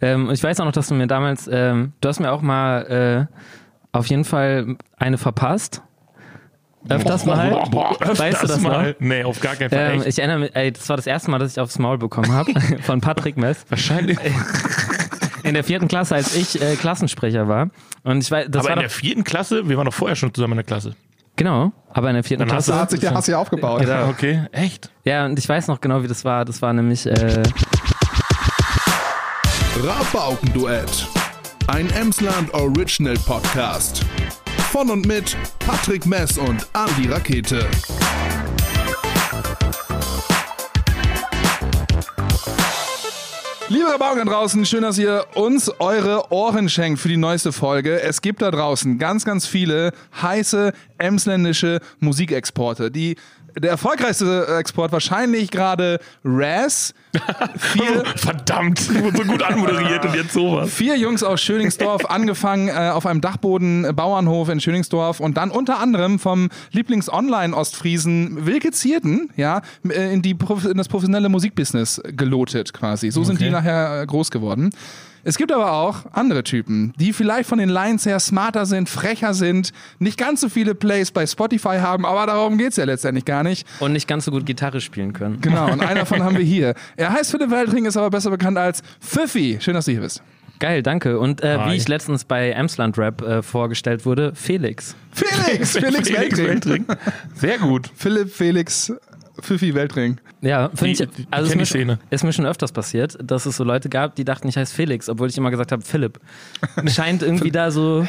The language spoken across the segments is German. Ähm, ich weiß auch noch, dass du mir damals, ähm, du hast mir auch mal äh, auf jeden Fall eine verpasst. Öfters mal. halt. Öfters weißt du das mal? Nee, auf gar keinen Fall. Ähm, echt. ich erinnere mich, ey, das war das erste Mal, dass ich aufs Maul bekommen habe von Patrick Mess. Wahrscheinlich. In der vierten Klasse, als ich äh, Klassensprecher war. Und ich weiß, das Aber war in doch, der vierten Klasse, wir waren doch vorher schon zusammen in der Klasse. genau, aber in der vierten Dann hast Klasse. Da hat sich der Hass ja aufgebaut. Ja, okay. Echt? Ja, und ich weiß noch genau, wie das war. Das war nämlich, äh, Rabaukenduett. Ein Emsland Original Podcast. Von und mit Patrick Mess und Andy Rakete. Liebe Rabauken da draußen, schön, dass ihr uns eure Ohren schenkt für die neueste Folge. Es gibt da draußen ganz, ganz viele heiße emsländische Musikexporte. Die, der erfolgreichste Export wahrscheinlich gerade Raz. Vier, Verdammt, ich wurde so gut anmoderiert und jetzt sowas. Vier Jungs aus Schöningsdorf, angefangen äh, auf einem Dachboden-Bauernhof in Schöningsdorf und dann unter anderem vom Lieblings-Online-Ostfriesen Wilke Zierten, ja, m- äh, in, die, Prof- in das professionelle Musikbusiness gelotet quasi. So sind die nachher äh, groß geworden. Es gibt aber auch andere Typen, die vielleicht von den Lines her smarter sind, frecher sind, nicht ganz so viele Plays bei Spotify haben, aber darum geht's ja letztendlich gar nicht. und nicht ganz so gut Gitarre spielen können. Genau, und einer von haben wir hier. Er heißt Philipp Weltring, ist aber besser bekannt als Pfiffi. Schön, dass du hier bist. Geil, danke. Und äh, Hi. wie ich letztens bei Emsland Rap äh, vorgestellt wurde, Felix. Felix! Felix, Weltring. Sehr gut. Philipp, Felix, Pfiffi, Weltring. Ja, finde ich. also Die- die- die ist mir kenn die Szene. Schon, ist mir schon öfters passiert, dass es so Leute gab, die dachten, ich heiße Felix, obwohl ich immer gesagt habe, Philipp. Scheint irgendwie da so.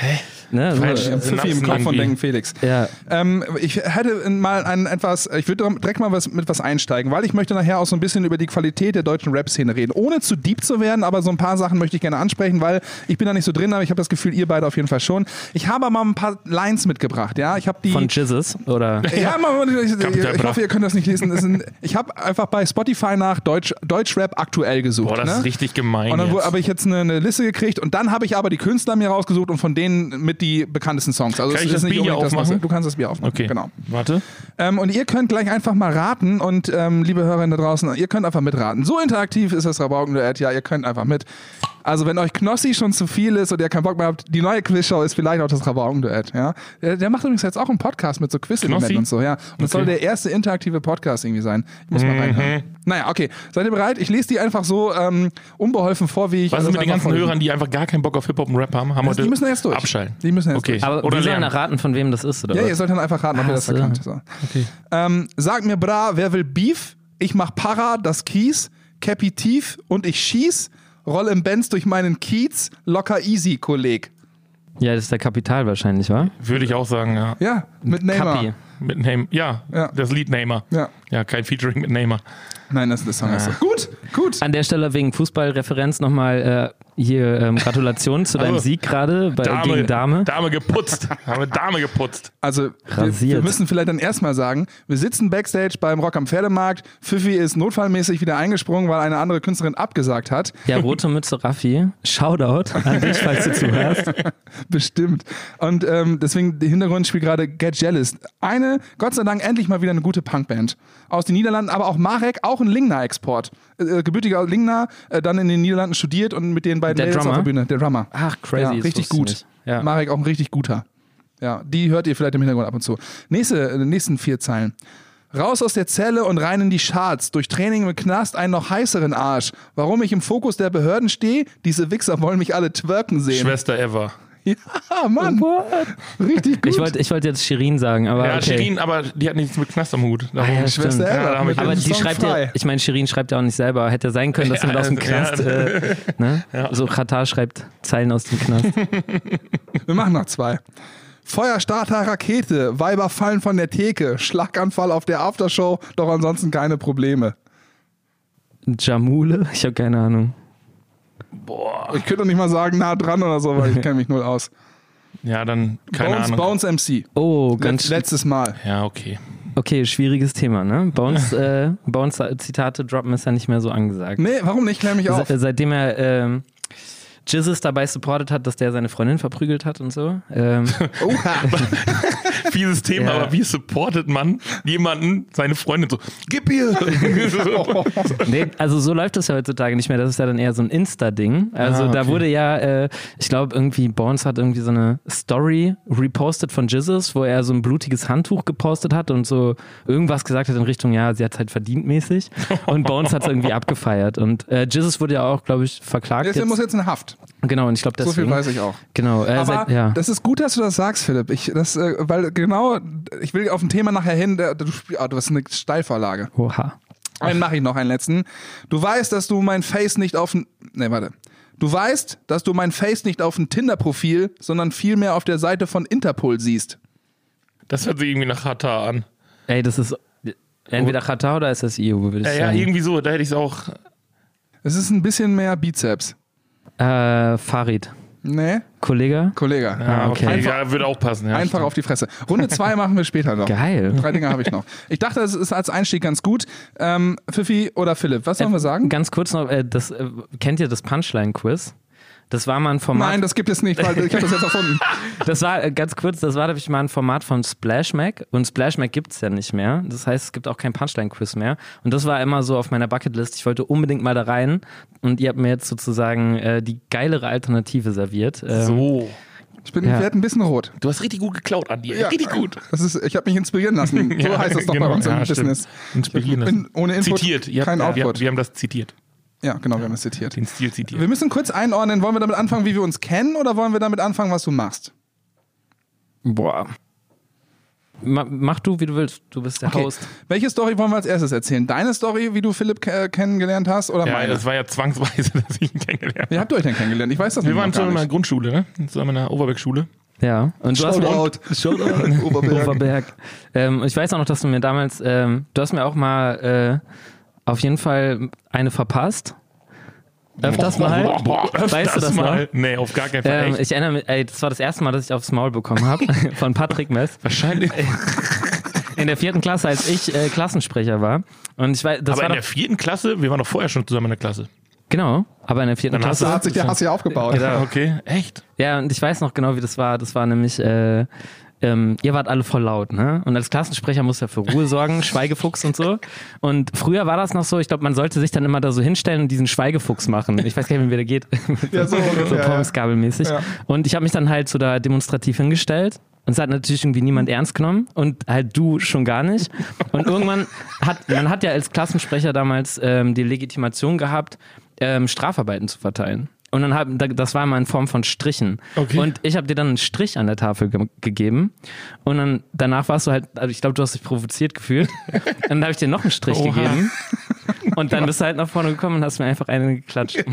Ne, Falsch. so Synapsen Pfiffi im Kopf und irgendwie. denken Felix. ja, Ähm, ich hätte mal ein etwas, ich würde direkt mal was, mit was einsteigen, weil ich möchte nachher auch so ein bisschen über die Qualität der deutschen Rap-Szene reden. Ohne zu deep zu werden, aber so ein paar Sachen möchte ich gerne ansprechen, weil ich bin da nicht so drin, aber ich habe das Gefühl, ihr beide auf jeden Fall schon. Ich habe mal ein paar Lines mitgebracht, ja. Ich habe die. von Jizzes oder. ja, man, ich, Kapitän ich Bra. hoffe, ihr könnt das nicht lesen. Das sind, ich habe einfach bei Spotify nach Deutsch, Deutschrap aktuell gesucht. Boah, das ne? ist richtig gemein. Und dann jetzt. habe ich jetzt eine, eine Liste gekriegt und dann habe ich aber die Künstler mir rausgesucht und von denen mit die bekanntesten Songs. Also Kann es ich ist das nicht Bier hier unbedingt das aufmachen? Neueste. Du kannst das Bier aufmachen. okay, Genau. Warte. Ähm, und ihr könnt gleich einfach mal raten und ähm, liebe Hörerinnen da draußen, ihr könnt einfach mitraten. So interaktiv ist das Rabauken-Duett. Ja, ihr könnt einfach mit. Also wenn euch Knossi schon zu viel ist und ihr keinen Bock mehr habt, die neue Quizshow ist vielleicht auch das Rabauken-Duett. Ja? Der, der macht übrigens jetzt auch einen Podcast mit so Knossi? Quiz-Elementen und so. Ja. Und das soll der erste interaktive Podcast irgendwie sein. Ich muss Mhm. mal reinhören. Naja, okay. Seid ihr bereit? Ich lese die einfach so ähm, unbeholfen vor, wie ich... Was ist das mit den einfach ganzen vorlese. Hörern, die einfach gar keinen Bock auf Hip-Hop und Rap haben? haben die müssen jetzt durch. Abschalten. Die müssen jetzt okay. durch. Aber Oder wir sollen lernen. erraten, von wem das ist, oder? Ja, was? ihr sollt dann einfach raten, ob ihr das so. verkannt. So. Ähm, sag mir bra, wer will Beef? Ich mach Para, das Kies, Cappy tief und ich schieß, roll im Benz durch meinen Kiez, locker easy, Kolleg. ja, das ist der Kapital wahrscheinlich, wa? Würde ich auch sagen, ja. Ja, mit Neymar. Kapi. Mit Name, ja, Ja. das Lied Neymar. Ja. ja, kein Featuring mit Neymar. Nein, das ist der Song. Ah. Also. Gut, gut. An der Stelle wegen Fußballreferenz nochmal äh, hier ähm, Gratulation zu deinem Also, Sieg gerade Äh, bei- gegen Dame. Dame geputzt. Haben wir Dame geputzt. Also, wir, Rasiert. wir müssen vielleicht dann erstmal sagen, wir sitzen Backstage beim Rock am Pferdemarkt. Pfiffi ist notfallmäßig wieder eingesprungen, weil eine andere Künstlerin abgesagt hat. Ja, rote Mütze Raffi. Shoutout an dich, falls du zuhörst. Bestimmt. Und ähm, deswegen, der Hintergrund spielt gerade Get Jealous. Eine, Gott sei Dank, endlich mal wieder eine gute Punkband. Aus den Niederlanden, aber auch Marek, auch ein Lingner-Export. Äh, gebürtiger Lingner, äh, dann in den Niederlanden studiert und mit den beiden Der Mädels auf der Drummer? Bühne. Der Drummer. Ach, crazy. ja, das richtig wusste ich gut. nicht. Ja. Marek auch ein richtig guter. Ja, die hört ihr vielleicht im Hintergrund ab und zu. Nächste, äh, nächsten vier Zeilen. Raus aus der Zelle und rein in die Charts. Durch Training im Knast einen noch heißeren Arsch. Warum ich im Fokus der Behörden stehe? Diese Wichser wollen mich alle twerken sehen. Schwester ever. Ja, Mann. Richtig gut. Ich wollte ich wollt jetzt Shirin sagen, aber. Ja, okay. Shirin, aber die hat nichts mit Knast am Hut. Darum- Ja, Schwester stimmt. Ella. Ah, Ja, da hab ich- mit Aber dem die Song schreibt frei. ja, ich meine, Shirin schreibt ja auch nicht selber. Hätte ja sein können, dass sie mit aus dem Ja, Knast, ja. äh, ne? so Katar schreibt Zeilen aus dem Knast. Wir machen noch zwei. Feuerstarter Rakete, Weiber fallen von der Theke, Schlaganfall auf der Aftershow, doch ansonsten keine Probleme. Jamule? Ich habe keine Ahnung. Ich könnte doch nicht mal sagen, nah dran oder so, weil ich kenne mich null aus. ja, dann keine Bones, Ahnung. Bones MC. Oh, Letz, ganz letztes Mal. Ja, okay. Okay, schwieriges Thema, ne? Bones, äh, Bones Zitate droppen ist ja nicht mehr so angesagt. Nee, warum nicht? Klär mich auf. Se seitdem er ähm, Jizzes dabei supportet hat, dass der seine Freundin verprügelt hat und so. Ähm, Oh, Fieses Thema, Ja. aber wie supportet man jemanden, seine Freundin so, gib ihr! nee, also so läuft das ja heutzutage nicht mehr. Das ist ja dann eher so ein Insta-Ding. Also Ah, da wurde ja, äh, ich glaube, irgendwie Bones hat irgendwie so eine Story repostet von Jizzes, wo er so ein blutiges Handtuch gepostet hat und so irgendwas gesagt hat in Richtung, ja, sie hat halt verdient mäßig. Und Bones hat es irgendwie abgefeiert. Und äh, Jizzes wurde ja auch, glaube ich, verklagt. Der Jetzt. muss jetzt in Haft. Genau, und ich glaube, So deswegen. viel weiß ich auch. Genau, äh, Aber seit, ja. das ist gut, dass du das sagst, Philipp. Ich, das, äh, weil genau, ich will auf ein Thema nachher hin. Da, du, spiel- ah, du hast eine Steilvorlage. Oha. Einen mache ich noch, einen letzten. Du weißt, dass du mein Face nicht auf ein. Nee, warte. Du weißt, dass du mein Face nicht auf dem Tinder-Profil, sondern vielmehr auf der Seite von Interpol siehst. Das hört sich irgendwie nach Hatar an. Ey, das ist Oh. entweder Katar oder ist das EU, würde ich Ja, ja, sagen. irgendwie so, da hätte ich es auch. Es ist ein bisschen mehr Bizeps. äh, Farid, Nee, Kollege. Kollege. Ah, okay. okay. ja, würde auch passen. Ja, Einfach auf die Fresse. Runde zwei machen wir später noch. Geil. Drei Dinge habe ich noch. Ich dachte, es ist als Einstieg ganz gut. Ähm, Pfiffi oder Philipp, was sollen wir sagen? Ganz kurz noch, äh, das, äh, kennt ihr das Punchline-Quiz? Das war mal ein Format. Nein, das gibt es nicht, weil ich habe das jetzt erfunden. Das war äh, ganz kurz, das war nämlich mal ein Format von Splash Mac und Splash Mac gibt es ja nicht mehr. Das heißt, es gibt auch kein Punchline-Quiz mehr. Und das war immer so auf meiner Bucketlist. Ich wollte unbedingt mal da rein und ihr habt mir jetzt sozusagen äh, die geilere Alternative serviert. Ähm, So. Ich bin Ja. ich werde ein bisschen rot. Du hast richtig gut geklaut, Andi. Ja. Richtig gut. Genau. Das ist, ich habe mich inspirieren lassen. So heißt es doch bei uns im ja, stimmt. Business. Inspirieren Ich bin lassen. ohne Input Zitiert. Ihr kein habt, Output. Wir, wir haben das zitiert. Ja, genau, wir haben es zitiert. Den Stil Wir zitiert. müssen kurz einordnen, wollen wir damit anfangen, wie wir uns kennen oder wollen wir damit anfangen, was du machst? Boah. Ma mach du, wie du willst. Du bist der Host. Welche Story wollen wir als erstes erzählen? Deine Story, wie du Philipp ke- äh, kennengelernt hast oder Ja, meine? das war ja zwangsweise, dass ich ihn kennengelernt wie habe. habt ihr euch denn kennengelernt? Ich weiß das Wir nämlich waren noch zusammen in gar einer nicht. Grundschule, ne? Zusammen in einer Oberbeck-Schule. Ja. Und du hast mir Shoutout, Oberberg. Oberberg. Ähm, ich weiß auch noch, dass du mir damals, ähm, du hast mir auch mal äh, auf jeden Fall eine verpasst. Öfters mal. Öfters Weißt du das mal? Nee, auf gar keinen Fall. Ähm, Echt. ich erinnere mich, ey, das war das erste Mal, dass ich aufs Maul bekommen habe von Patrick Mess Wahrscheinlich. in der vierten Klasse, als ich äh, Klassensprecher war. Und ich weiß, das Aber war in doch, der vierten Klasse, wir waren doch vorher schon zusammen in der Klasse. genau, aber in der vierten Dann hast Klasse. Genau. Da hat sich der Hass ja aufgebaut. Okay, echt? Ja, und ich weiß noch genau, wie das war. Das war nämlich, äh, ähm, ihr wart alle voll laut, ne? Und als Klassensprecher muss ja für Ruhe sorgen, Schweigefuchs und so. Und früher war das noch so, ich glaube, man sollte sich dann immer da so hinstellen und diesen Schweigefuchs machen. Ich weiß gar nicht, wie der geht. Ja, so so ungefähr, ja. Pommes-Gabelmäßig. Ja. Und ich habe mich dann halt so da demonstrativ hingestellt. Und es hat natürlich irgendwie Mhm. niemand ernst genommen und halt du schon gar nicht. Und irgendwann hat man hat ja als Klassensprecher damals ähm, die Legitimation gehabt, ähm, Strafarbeiten zu verteilen. Und dann haben da- das war immer in Form von Strichen. Okay. Und ich habe dir dann einen Strich an der Tafel ge gegeben. Und dann danach warst du halt, also ich glaube, du hast dich provoziert gefühlt. Und dann habe ich dir noch einen Strich Oha. gegeben. Und dann bist du halt nach vorne gekommen und hast mir einfach einen geklatscht.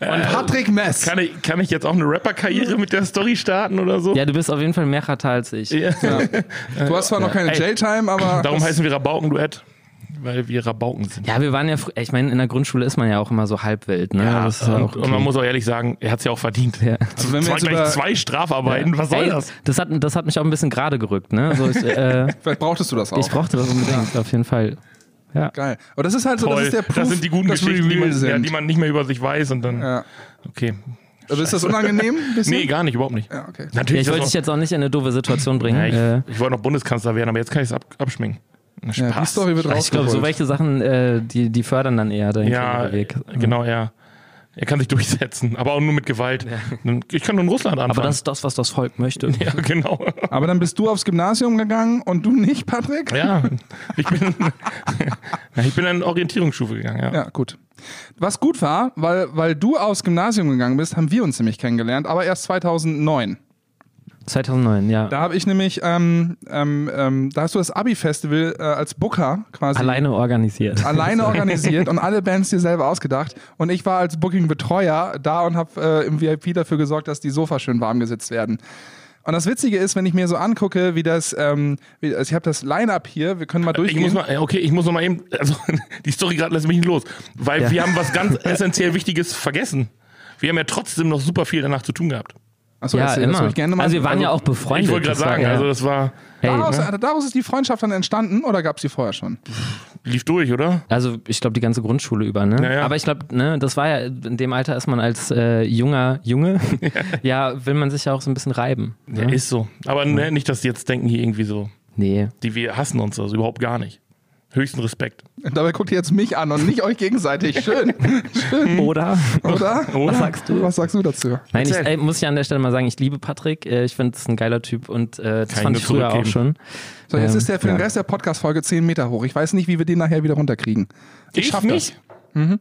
Patrick Mess. Kann ich, kann ich jetzt auch eine Rapper-Karriere mit der Story starten oder so? Ja, du bist auf jeden Fall mehr Chatter als ich. Ja. Du hast zwar noch keine Ey. Jailtime, aber Darum das- heißen wir Rabauken-Duett, weil wir Rabauken sind. Ja, wir waren ja, frü- ich meine, in der Grundschule ist man ja auch immer so halbwild, ne? Ja, das ist ja und, auch und man okay. muss auch ehrlich sagen, er hat es ja auch verdient. ja. also wenn wir Zwei, jetzt gleich über, zwei Strafarbeiten, was soll Ey, das? Das hat, das hat mich auch ein bisschen gerade gerückt, ne? So, ich, äh, vielleicht brauchtest du das auch. ich brauchte das unbedingt, auf jeden Fall. Geil. Aber das ist halt so, das Toll. ist der Das, Proof, sind die guten dass wir Geschichten, die real man, ja, sind. die man nicht mehr über sich weiß und dann. Ja. Okay. Also ist das unangenehm? ein bisschen? Nee, gar nicht, überhaupt nicht. Ja, okay. Ja, Natürlich. ich wollte das dich jetzt auch nicht in eine doofe Situation bringen. noch- ja, äh, ich, ich wollte noch Bundeskanzler werden, aber jetzt kann ich es ab, abschminken. Na, Spaß. Ja, die Story wird rausgeholt. ich glaube, so welche Sachen, äh, die, die fördern dann eher den Ja, Weg. genau, er, er kann sich durchsetzen, aber auch nur mit Gewalt. Ich kann nur in Russland anfangen. Aber das ist das, was das Volk möchte. ja, genau. Aber dann bist du aufs Gymnasium gegangen und du nicht, Patrick? Ja, ich bin, ja, ich bin in Orientierungsstufe gegangen, ja. Äh, Ja, gut. Was gut war, weil, weil du aufs Gymnasium gegangen bist, haben wir uns nämlich kennengelernt, aber erst 2009. 2009, ja. Da habe ich nämlich, ähm, ähm, ähm, da hast du das Abi-Festival äh, als Booker quasi Alleine organisiert. alleine organisiert und alle Bands dir selber ausgedacht. Und ich war als Booking-Betreuer da und habe äh, im VIP dafür gesorgt, dass die Sofa schön warm gesetzt werden. Und das Witzige ist, wenn ich mir so angucke, wie das, ähm, wie, also ich habe das Line-Up hier, wir können mal Ich durchgehen. muss mal, äh, okay, ich muss noch mal eben, also die Story gerade lässt mich nicht los, weil Ja. wir haben was ganz essentiell Wichtiges vergessen. Wir haben ja trotzdem noch super viel danach zu tun gehabt. Achso, ja, erzähl, das immer. würde ich gerne mal- also wir waren ja also- auch befreundet. Ich wollte gerade das war sagen, ja- also das war, Ey, Daraus, ne? daraus ist die Freundschaft dann entstanden oder gab es die vorher schon? lief durch, oder? Also ich glaube die ganze Grundschule über, ne? Ja, ja. Aber ich glaube, ne, das war ja in dem Alter ist man als äh, junger Junge, ja, will man sich ja auch so ein bisschen reiben. Ne? Ja, ist so. Aber ne, nicht, dass die jetzt denken, hier irgendwie so, nee. die wir hassen uns, also überhaupt gar nicht. Höchsten Respekt. Dabei guckt ihr jetzt mich an und nicht euch gegenseitig. Schön, Mhm. Oder? oder? Was sagst du? Was sagst du dazu? Nein, ich, Erzähl. ey, muss ich an der Stelle mal sagen, ich liebe Patrick. Äh, Ich finde, es ist ein geiler Typ und äh, das Kann ich fand nur ich früher auch schon. So, jetzt Ähm, ist der für den ja. Rest der Podcast-Folge 10 Meter hoch. Ich weiß nicht, wie wir den nachher wieder runterkriegen. Ich schaff nicht. Das. Mhm.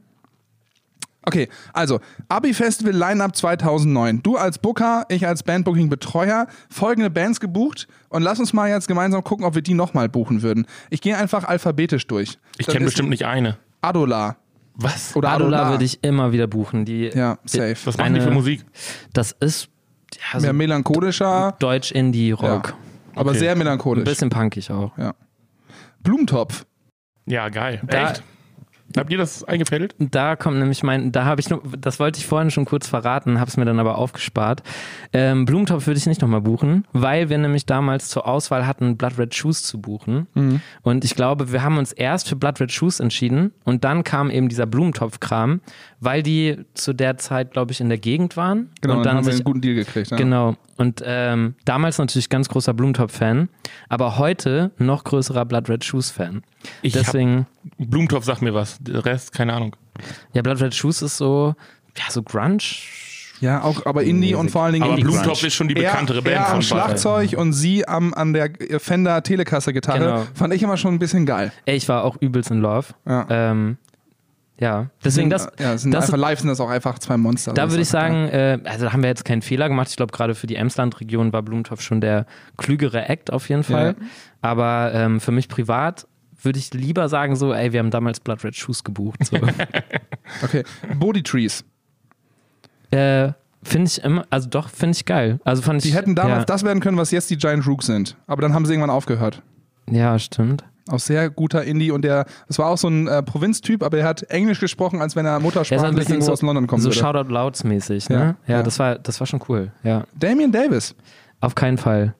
Okay, also Abi-Festival Line-Up 2009. Du als Booker, ich als Bandbooking-Betreuer, folgende Bands gebucht und lass uns mal jetzt gemeinsam gucken, ob wir die nochmal buchen würden. Ich gehe einfach alphabetisch durch. Ich Dann kenne ist bestimmt nicht eine. Adola Was? oder Adola Adola. würde ich immer wieder buchen. Die, Ja, safe. Äh, Was machen die für Eine- Musik? Das ist ja, so Mehr melancholischer, Deutsch-Indie-Rock. aber Okay. sehr Ein melancholisch. bisschen punkig auch. Blumentopf. Ja, geil. Da- Echt? Habt ihr das eingefädelt? Da kommt nämlich mein, da habe ich nur, das wollte ich vorhin schon kurz verraten, habe es mir dann aber aufgespart. Ähm, Blumentopf würde ich nicht nochmal buchen, weil wir nämlich damals zur Auswahl hatten, Blood Red Shoes zu buchen. Mhm. Und ich glaube, wir haben uns erst für Blood Red Shoes entschieden und dann kam eben dieser Blumentopf-Kram, weil die zu der Zeit, glaube ich, in der Gegend waren. Genau, und dann, dann, haben wir sich einen guten Deal gekriegt. ne? Ja. Genau. Und ähm, damals natürlich ganz großer Blumentopf-Fan, aber heute noch größerer Blood Red Shoes-Fan. Ich Deswegen, Blumentopf sagt mir was. Der Rest, keine Ahnung. ja, Blood Red Shoes ist so, ja, so Grunge. Ja, auch, aber Indie und vor allen Dingen Aber Indie Blumentopf ist schon die bekanntere er, Band er am von beiden. Schlagzeug und sie am, an der Fender Telekasse Gitarre Genau. fand ich immer schon ein bisschen geil. Ey, ich war auch übelst in Love. Ja. Ähm, ja, deswegen das, ja, es sind das einfach live sind das auch einfach zwei Monster. da Das würde ich ist einfach- sagen, äh, also da haben wir jetzt keinen Fehler gemacht. Ich glaube, gerade für die Emsland-Region war Blumentopf schon der klügere Act auf jeden Fall. Aber ähm, für mich privat würde ich lieber sagen so, ey, wir haben damals Blood Red Shoes gebucht. So. Okay, Body Trees. äh, finde ich immer, also doch, finde ich geil. Also fand ich, Die hätten damals ja, das werden können, was jetzt die Giant Rooks sind. Aber dann haben sie irgendwann aufgehört. Ja, stimmt. Auch sehr guter Indie und der, das war auch so ein äh, Provinztyp, aber er hat Englisch gesprochen, als wenn er Er ist ein muttersprachlich bisschen irgendwo so, aus London kommen so würde. Shoutout Louds mäßig. Ne? Ja, Ja, ja. das war, das war schon cool. Ja. Damien Davis. Auf keinen Fall.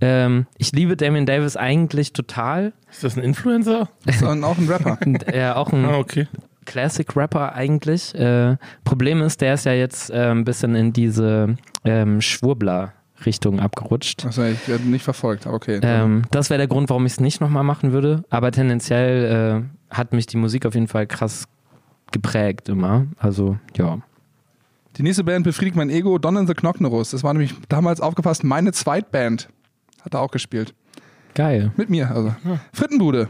Ähm, ich liebe Damien Davis eigentlich total. Ist das ein Influencer? Ist dann auch ein Rapper. Und er auch Ah, ein okay. Classic-Rapper eigentlich. Äh, Problem ist, der ist ja jetzt äh, ein bisschen in diese ähm, Schwurbler-Richtung abgerutscht. Achso, ich äh, nicht verfolgt, aber okay. Ähm, das wäre der Grund, warum ich es nicht nochmal machen würde. Aber tendenziell äh, hat mich die Musik auf jeden Fall krass geprägt immer. Also, ja. Die nächste Band befriedigt mein Ego, Don and the Knocknerus. Das war nämlich damals aufgepasst, meine Zweitband. Hat er auch gespielt. Geil. Mit mir, also. Frittenbude.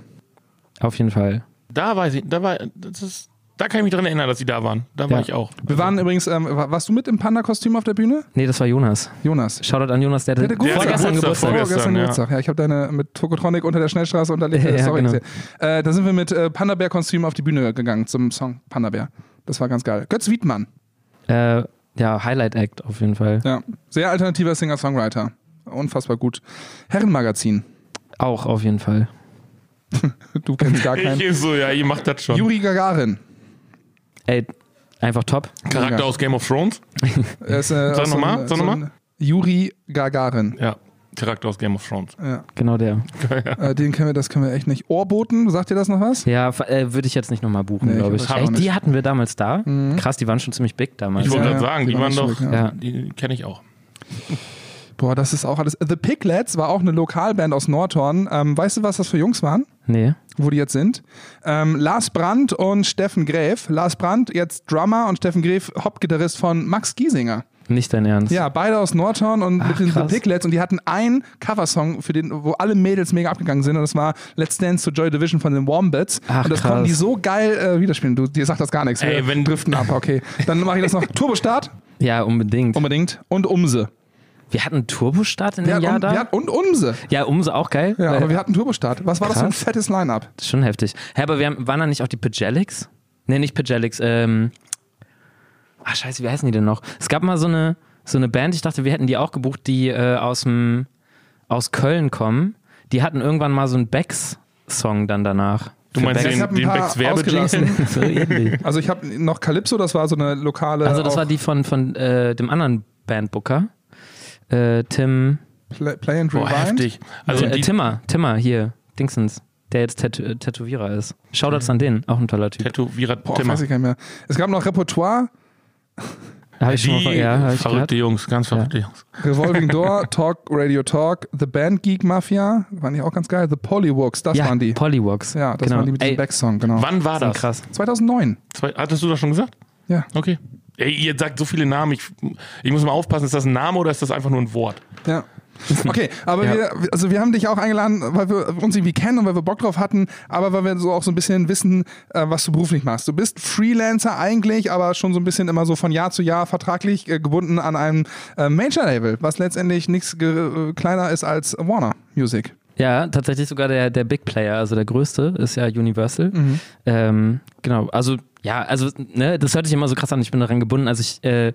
Auf jeden Fall. Da weiß ich, da war, das ist, da kann ich mich dran erinnern, dass sie da waren. Da war Ja. ich auch. Wir waren übrigens, ähm, wa- warst du mit im Panda-Kostüm auf der Bühne? Nee, das war Jonas. Jonas. Shoutout an Jonas, der, Der hatte Geburtstag. vorgestern Der hatte Geburtstag. Geburtstag. Vorgestern, ja. Geburtstag. Ja, ich habe deine mit Tokotronic unter der Schnellstraße unterlegt. Ja, Sorry, genau. äh, da sind wir mit äh, Panda-Bär-Kostüm auf die Bühne gegangen zum Song Panda-Bär. Das war ganz geil. Götz Wiedmann. Äh, ja, Highlight Act auf jeden Fall. Ja. Sehr alternativer Singer-Songwriter. Unfassbar gut. Herrenmagazin. Auch auf jeden Fall. Du kennst gar keinen. Ich so, ja, ihr macht das schon. Juri Gagarin. Ey, einfach top. Charakter aus Game of Thrones? Er ist, äh, Sag auch noch mal, ein- sag noch ein Juri Gagarin. Ja. Charakter aus Game of Thrones. Genau der. Äh, den können wir, das können wir echt nicht. Ohrboten, sagt ihr das noch was? Ja, f- äh, würde ich jetzt nicht nochmal buchen, Nee, ich glaube glaub, ich. das Ey, auch die nicht. Mhm. hatten wir damals da. Krass, die waren schon ziemlich big damals. Ich wollte Ja, gerade ja, sagen, die die waren waren doch, schon weg, ja. die kenne ich auch. Boah, das ist auch alles. The Piglets war auch eine Lokalband aus Nordhorn. Ähm, weißt du, was das für Jungs waren? Nee. Wo die jetzt sind? Ähm, Lars Brandt und Steffen Gräf. Lars Brandt jetzt Drummer und Steffen Gräf Hauptgitarrist von Max Giesinger. Nicht dein Ernst. Ja, beide aus Nordhorn und mit den The krass. Piglets und die hatten einen Coversong, für den, wo alle Mädels mega abgegangen sind und das war Let's Dance to Joy Division von den Wombats. Ach, und das krass. konnten die so geil äh, widerspielen. Du, dir sagt das gar nichts. Wir Ey, wenn- driften ab, okay. Dann mache ich das noch. Turbostart, Ja, unbedingt. unbedingt. Und Umse. Wir hatten Turbostart in Wir dem hatten, Jahr um, wir da. hatten, und Umse. Ja, umso auch geil. Ja, Äh, aber wir hatten Turbostart. Was war das für ein krass. fettes Line-Up? schon heftig. Hä, aber wir haben, waren da nicht auch die Pajelix? Nee, nicht Pajelix. Ähm, ach, scheiße, wie heißen die denn noch? Es gab mal so eine, so eine Band, ich dachte, wir hätten die auch gebucht, die äh, aus, dem, aus Köln kommen. Die hatten irgendwann mal so einen Becks-Song dann danach. Du meinst Beck. Ich hab den, ein den paar Becks Werbejingle? ausgelassen. so ähnlich. Also ich habe noch Calypso, das war so eine lokale. Also das auch- war die von, von äh, dem anderen Bandbooker. äh, Tim, Play, Play and Boah, Rewind. heftig. Also äh, die Timmer, Timmer hier, Dingsens, der jetzt Tätow Tätowierer ist. Shoutouts an den, auch ein toller Typ. Tätowierer Boah, Timmer. weiß ich gar nicht mehr. Es gab noch Repertoire, Habe ich schon mal, Die vor- ja, hab ich gehört. verrückte Jungs, ganz verrückte Jungs. Revolving Door, Talk, Radio Talk, The Band Geek Mafia, waren die auch ganz geil. The Polywogs, das ja, waren die. Pollywogs. Ja, das genau. waren die mit Ey, diesem Backsong, genau. Wann war sind das? krass. 2009. Zwei, hattest du das schon gesagt? Ja. Okay. Ey, ihr sagt so viele Namen. Ich, ich muss mal aufpassen, ist das ein Name oder ist das einfach nur ein Wort? Ja. Okay, aber wir, also wir haben dich auch eingeladen, weil wir uns irgendwie kennen und weil wir Bock drauf hatten, aber weil wir so auch so ein bisschen wissen, äh, was du beruflich machst. Du bist Freelancer eigentlich, aber schon so ein bisschen immer so von Jahr zu Jahr vertraglich äh, gebunden an einem äh, Major-Label, was letztendlich nichts ge- äh, kleiner ist als Warner Music. Ja, tatsächlich sogar der, der Big Player, also der größte, ist ja Universal. Mhm. Ähm, genau, also ja, also ne, das hört sich immer so krass an, ich bin daran gebunden. Also ich äh,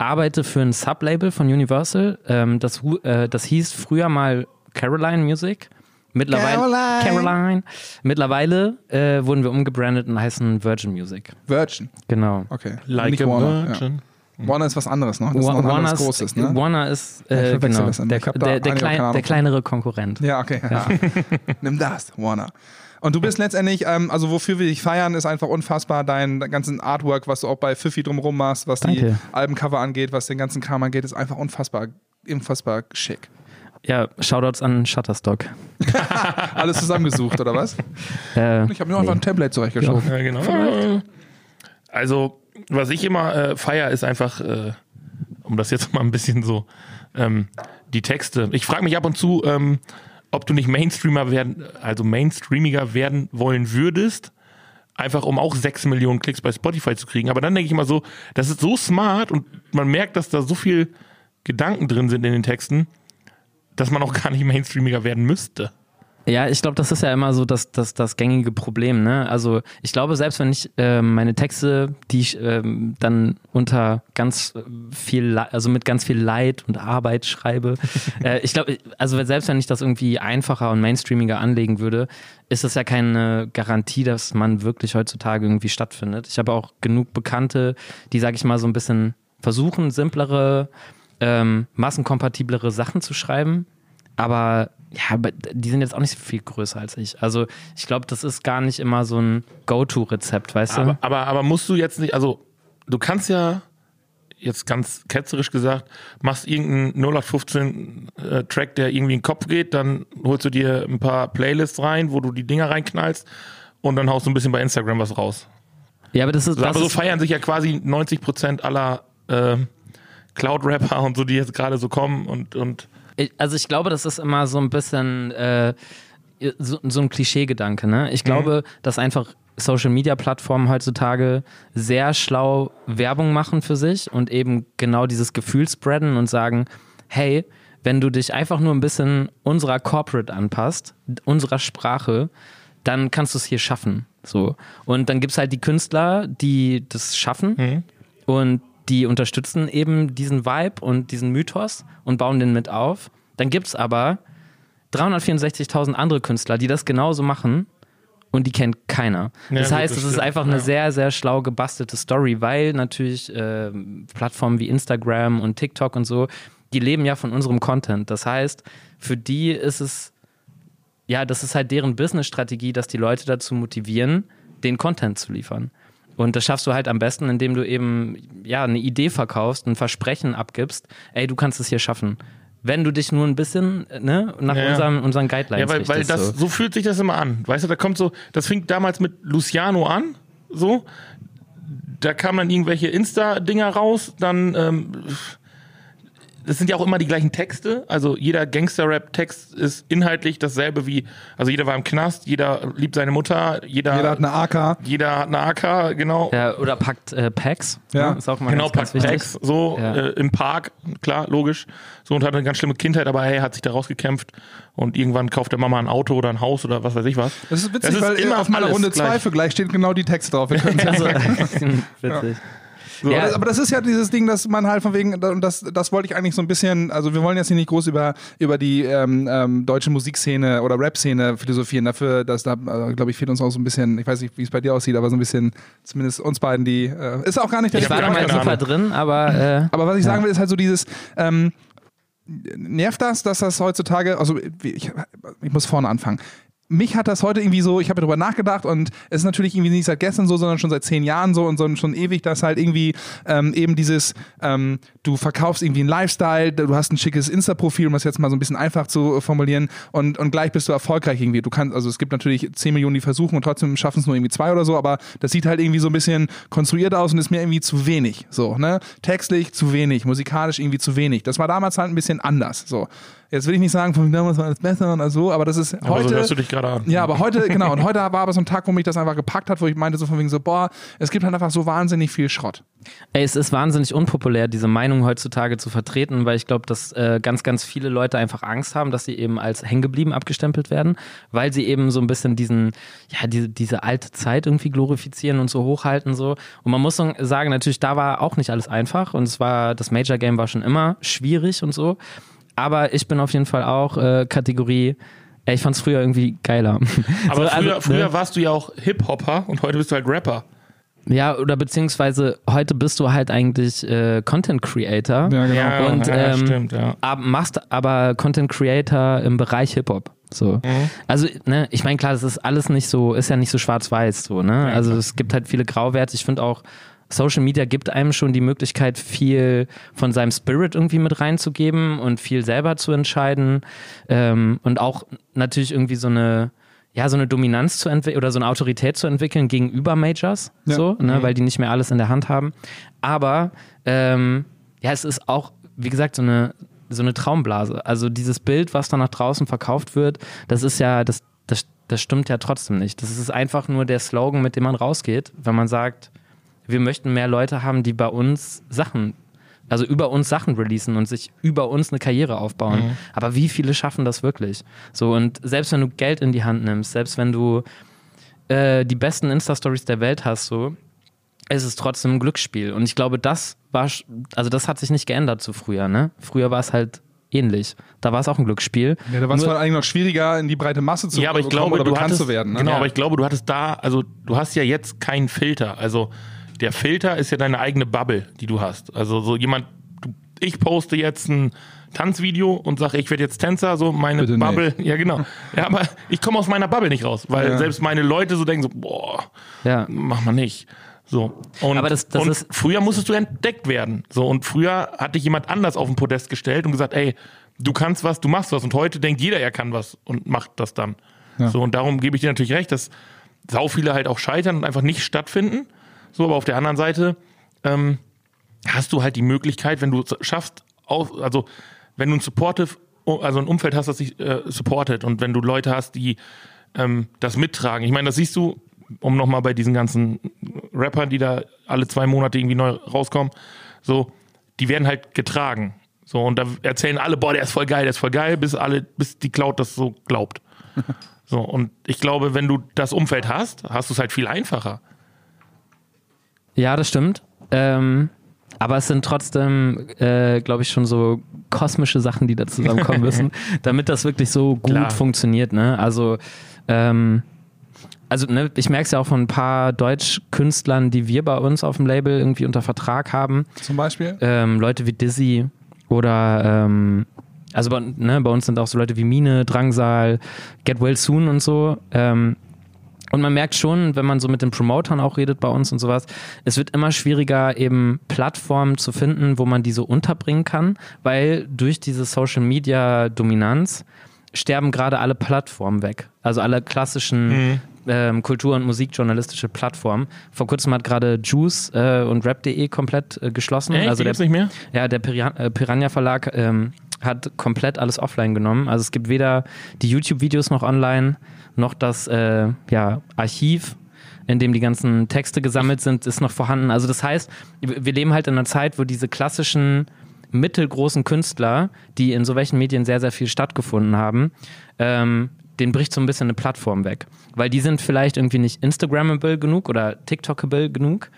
arbeite für ein Sublabel von Universal, ähm, das, hu- äh, das hieß früher mal Caroline Music. Mittlerweile, Caroline. Caroline. Mittlerweile äh, wurden wir umgebrandet und heißen Virgin Music. Virgin, Genau. okay. Like Nicht a Warner. Virgin. Ja. Warner ist was anderes noch. Das ist Wa- noch ein anderes Warner's- Großes, ne? Warner ist ich äh, verwechsel genau, das immer. der, Ich hab da der, der, einige keine klein, Ahnung der von. kleinere Konkurrent. Ja, okay. Nimm das, Warner. Und du bist letztendlich, ähm, also wofür wir dich feiern, ist einfach unfassbar dein ganzen Artwork, was du auch bei Fifi drumrum machst, was Danke. die Albencover angeht, was den ganzen Kram angeht, ist einfach unfassbar, unfassbar schick. Ja, Shoutouts an Shutterstock. Alles zusammengesucht, oder was? Äh, Ich habe mir noch einfach ein Tablet zurechtgeschoben. Ja, genau. Also, was ich immer äh, feier, ist einfach, äh, um das jetzt mal ein bisschen so, ähm, die Texte. Ich frage mich ab und zu, ähm, ob du nicht Mainstreamer werden, also Mainstreamiger werden wollen würdest, einfach um auch 6 Millionen Klicks bei Spotify zu kriegen. Aber dann denke ich immer so, das ist so smart und man merkt, dass da so viel Gedanken drin sind in den Texten, dass man auch gar nicht Mainstreamiger werden müsste. Ja, ich glaube, das ist ja immer so das, das, das gängige Problem. Ne? Also ich glaube, selbst wenn ich ähm, meine Texte, die ich ähm, dann unter ganz äh, viel, Le- also mit ganz viel Leid und Arbeit schreibe, äh, ich glaube, also selbst wenn ich das irgendwie einfacher und mainstreamiger anlegen würde, ist das ja keine Garantie, dass man wirklich heutzutage irgendwie stattfindet. Ich habe auch genug Bekannte, die, sage ich mal, so ein bisschen versuchen, simplere, ähm, massenkompatiblere Sachen zu schreiben. Aber ja, aber die sind jetzt auch nicht so viel größer als ich. Also ich glaube, das ist gar nicht immer so ein Go-To-Rezept, weißt Aber, du? aber, aber musst du jetzt nicht, also du kannst ja jetzt ganz ketzerisch gesagt, machst irgendeinen 0815 äh, Track, der irgendwie in den Kopf geht, dann holst du dir ein paar Playlists rein, wo du die Dinger reinknallst und dann haust du ein bisschen bei Instagram was raus. Ja, aber das ist, Also, das aber so ist feiern sich ja quasi 90% aller ähm, Cloud-Rapper und so, die jetzt gerade so kommen und, und Ich- also ich glaube, das ist immer so ein bisschen äh, so, so ein Klischeegedanke. Ne? Ich glaube, dass einfach Social Media Plattformen heutzutage sehr schlau Werbung machen für sich und eben genau dieses Gefühl spreaden und sagen, hey, wenn du dich einfach nur ein bisschen unserer Corporate anpasst, unserer Sprache, dann kannst du es hier schaffen. So. Und dann gibt es halt die Künstler, die das schaffen Mhm. und die unterstützen eben diesen Vibe und diesen Mythos und bauen den mit auf. Dann gibt es aber 364.000 andere Künstler, die das genauso machen und die kennt keiner. Ja, das gut, heißt, das es ist stimmt. einfach eine Ja. sehr, sehr schlau gebastelte Story, weil natürlich ähm, Plattformen wie Instagram und TikTok und so, die leben ja von unserem Content. Das heißt, für die ist es, ja, das ist halt deren Business-Strategie, dass die Leute dazu motivieren, den Content zu liefern. Und das schaffst du halt am besten, indem du eben ja eine Idee verkaufst, ein Versprechen abgibst, ey, du kannst es hier schaffen. Wenn du dich nur ein bisschen äh, ne, nach Ja, ja. unseren, unseren Guidelines Ja, weil, weil richtest, das, so. so. fühlt sich das immer an. Weißt du, da kommt so, das fing damals mit Luciano an, so. Da kamen dann irgendwelche Insta-Dinger raus, dann, ähm, das sind ja auch immer die gleichen Texte. Also jeder Gangster-Rap-Text ist inhaltlich dasselbe wie, also jeder war im Knast, jeder liebt seine Mutter, jeder, Jeder hat eine AK. jeder hat eine AK, genau. Ja, oder packt äh, Packs. Ja. ne, Ist auch mal Genau, ganz, Pack ganz wichtig. Packs, so Ja. äh, im Park, klar, logisch. So und hatte eine ganz schlimme Kindheit, aber hey, hat sich da rausgekämpft und irgendwann kauft der Mama ein Auto oder ein Haus oder was weiß ich was. Das ist witzig, Es ist weil äh, immer auf meiner alles Runde 2 gleich. für gleich steht genau die Texte drauf. Wir können Also, witzig. So, Ja. Aber- Aber das ist ja dieses Ding, dass man halt von wegen, und das, das wollte ich eigentlich so ein bisschen, also wir wollen jetzt hier nicht groß über, über die ähm, ähm, deutsche Musikszene oder Rap-Szene philosophieren. Dafür, dass da, äh, glaube ich, fehlt uns auch so ein bisschen, ich weiß nicht, wie es bei dir aussieht, aber so ein bisschen, zumindest uns beiden, die, äh, ist auch gar nicht der Ich war richtige da mal also- Podcast. super drin, aber äh, Aber was ich sagen will, ist halt so dieses, ähm, nervt das, dass das heutzutage, also ich, ich muss vorne anfangen. Mich hat das heute irgendwie so, ich habe darüber nachgedacht und es ist natürlich irgendwie nicht seit gestern so, sondern schon seit zehn Jahren so und so, schon ewig, dass halt irgendwie ähm, eben dieses, ähm, du verkaufst irgendwie einen Lifestyle, du hast ein schickes Insta-Profil, um das jetzt mal so ein bisschen einfach zu formulieren und, und gleich bist du erfolgreich irgendwie. Du kannst, also es gibt natürlich zehn Millionen, die versuchen und trotzdem schaffen es nur irgendwie zwei oder so, aber das sieht halt irgendwie so ein bisschen konstruiert aus und ist mir irgendwie zu wenig. So, ne? Textlich zu wenig, musikalisch irgendwie zu wenig. Das war damals halt ein bisschen anders. So. Jetzt will ich nicht sagen, von damals war alles besser und so, aber das ist heute. Aber so hörst du dich gerade an. Ja, aber heute, genau, und heute war aber so ein Tag, wo mich das einfach gepackt hat, wo ich meinte so von wegen so, boah, es gibt halt einfach so wahnsinnig viel Schrott. Ey, es ist wahnsinnig unpopulär, diese Meinung heutzutage zu vertreten, weil ich glaube, dass äh, ganz, ganz viele Leute einfach Angst haben, dass sie eben als hängengeblieben abgestempelt werden, weil sie eben so ein bisschen diesen, ja, diese, diese alte Zeit irgendwie glorifizieren und so hochhalten so. Und man muss so sagen, natürlich, da war auch nicht alles einfach und es war, das Major Game war schon immer schwierig und so. Aber ich bin auf jeden Fall auch äh, Kategorie, ey, ich fand's früher irgendwie geiler. Aber So, also, früher, früher ne? warst du ja auch Hip-Hopper und heute bist du halt Rapper. Ja, oder beziehungsweise heute bist du halt eigentlich äh, Content Creator. Ja, genau. Ja, Und, ja, ähm, stimmt, ja. ab, machst aber Content Creator im Bereich Hip Hop. So. Mhm. Also, ne, ich meine, klar, das ist alles nicht so, ist ja nicht so schwarz-weiß, so, ne? also, es gibt halt viele Grauwerte. Ich finde auch, Social Media gibt einem schon die Möglichkeit, viel von seinem Spirit irgendwie mit reinzugeben und viel selber zu entscheiden. Ähm, und auch natürlich irgendwie so eine, ja, so eine Dominanz zu entwickeln oder so eine Autorität zu entwickeln gegenüber Majors, Ja. so, ne, weil die nicht mehr alles in der Hand haben. Aber ähm, ja, es ist auch, wie gesagt, so eine, so eine Traumblase. Also dieses Bild, was da nach draußen verkauft wird, das ist ja, das, das, das stimmt ja trotzdem nicht. Das ist einfach nur der Slogan, mit dem man rausgeht, wenn man sagt, wir möchten mehr Leute haben, die bei uns Sachen, also über uns Sachen releasen und sich über uns eine Karriere aufbauen. Aber wie viele schaffen das wirklich? So, und selbst wenn du Geld in die Hand nimmst, selbst wenn du äh, die besten Insta-Stories der Welt hast, so, es ist trotzdem ein Glücksspiel. Und ich glaube, das war, sch- also das hat sich nicht geändert zu früher, ne? Früher war es halt ähnlich. Da war es auch ein Glücksspiel. Ja, da war es Nur- halt eigentlich noch schwieriger, in die breite Masse zu ja, aber ich kommen glaube, oder du bekannt hattest, zu werden. Ne? Genau, Ja. aber ich glaube, du hattest da, also du hast ja jetzt keinen Filter. Also der Filter ist ja deine eigene Bubble, die du hast. Also so jemand, du, ich poste jetzt ein Tanzvideo und sage, ich werde jetzt Tänzer, so meine Bitte nicht. Bubble. Ja, genau. Ja, aber ich komme aus meiner Bubble nicht raus, weil Ja. selbst meine Leute so denken so, boah, Ja. mach mal nicht. So. Und, Aber das- das und ist- früher musstest du entdeckt werden. So, und früher hat dich jemand anders auf den Podest gestellt und gesagt, ey, du kannst was, du machst was. Und heute denkt jeder, er kann was und macht das dann. So, und darum gebe ich dir natürlich recht, dass sau viele halt auch scheitern und einfach nicht stattfinden. So, aber auf der anderen Seite ähm, hast du halt die Möglichkeit, wenn du es schaffst, auf, also wenn du ein supportive, also ein Umfeld hast, das dich äh, supportet und wenn du Leute hast, die ähm, das mittragen. Ich meine, das siehst du, um nochmal bei diesen ganzen Rappern, die da alle zwei Monate irgendwie neu rauskommen, so, die werden halt getragen. So, und da erzählen alle, boah, der ist voll geil, der ist voll geil, bis alle, bis die Cloud das so glaubt. So, und ich glaube, wenn du das Umfeld hast, hast du es halt viel einfacher. Ja, das stimmt. Ähm, aber es sind trotzdem, äh, glaube ich, schon so kosmische Sachen, die da zusammenkommen müssen, damit das wirklich so gut Klar. funktioniert. Ne? Also, ähm, also ne, ich merke es ja auch von ein paar Deutschkünstlern, die wir bei uns auf dem Label irgendwie unter Vertrag haben. Zum Beispiel. Ähm, Leute wie Dizzy oder ähm, also bei, ne, bei uns sind auch so Leute wie Mine, Drangsal, Get Well Soon und so. Ähm, und man merkt schon, wenn man so mit den Promotern auch redet bei uns und sowas, es wird immer schwieriger, eben Plattformen zu finden, wo man die so unterbringen kann, weil durch diese Social Media Dominanz sterben gerade alle Plattformen weg. Also alle klassischen ähm, Kultur- und Musikjournalistische Plattformen. Vor kurzem hat gerade Juice äh, und Rap.de komplett äh, geschlossen. Echt? also Die der, gibt's nicht mehr? ja, der Piran äh, Piranha Verlag ähm, hat komplett alles offline genommen. Also es gibt weder die YouTube-Videos noch online, noch das äh, ja, Archiv, in dem die ganzen Texte gesammelt sind, ist noch vorhanden. Also das heißt, wir wir leben halt in einer Zeit, wo diese klassischen mittelgroßen Künstler, die in so welchen Medien sehr, sehr viel stattgefunden haben, ähm, den bricht so ein bisschen eine Plattform weg. Weil die sind vielleicht irgendwie nicht Instagrammable genug oder TikTokable genug.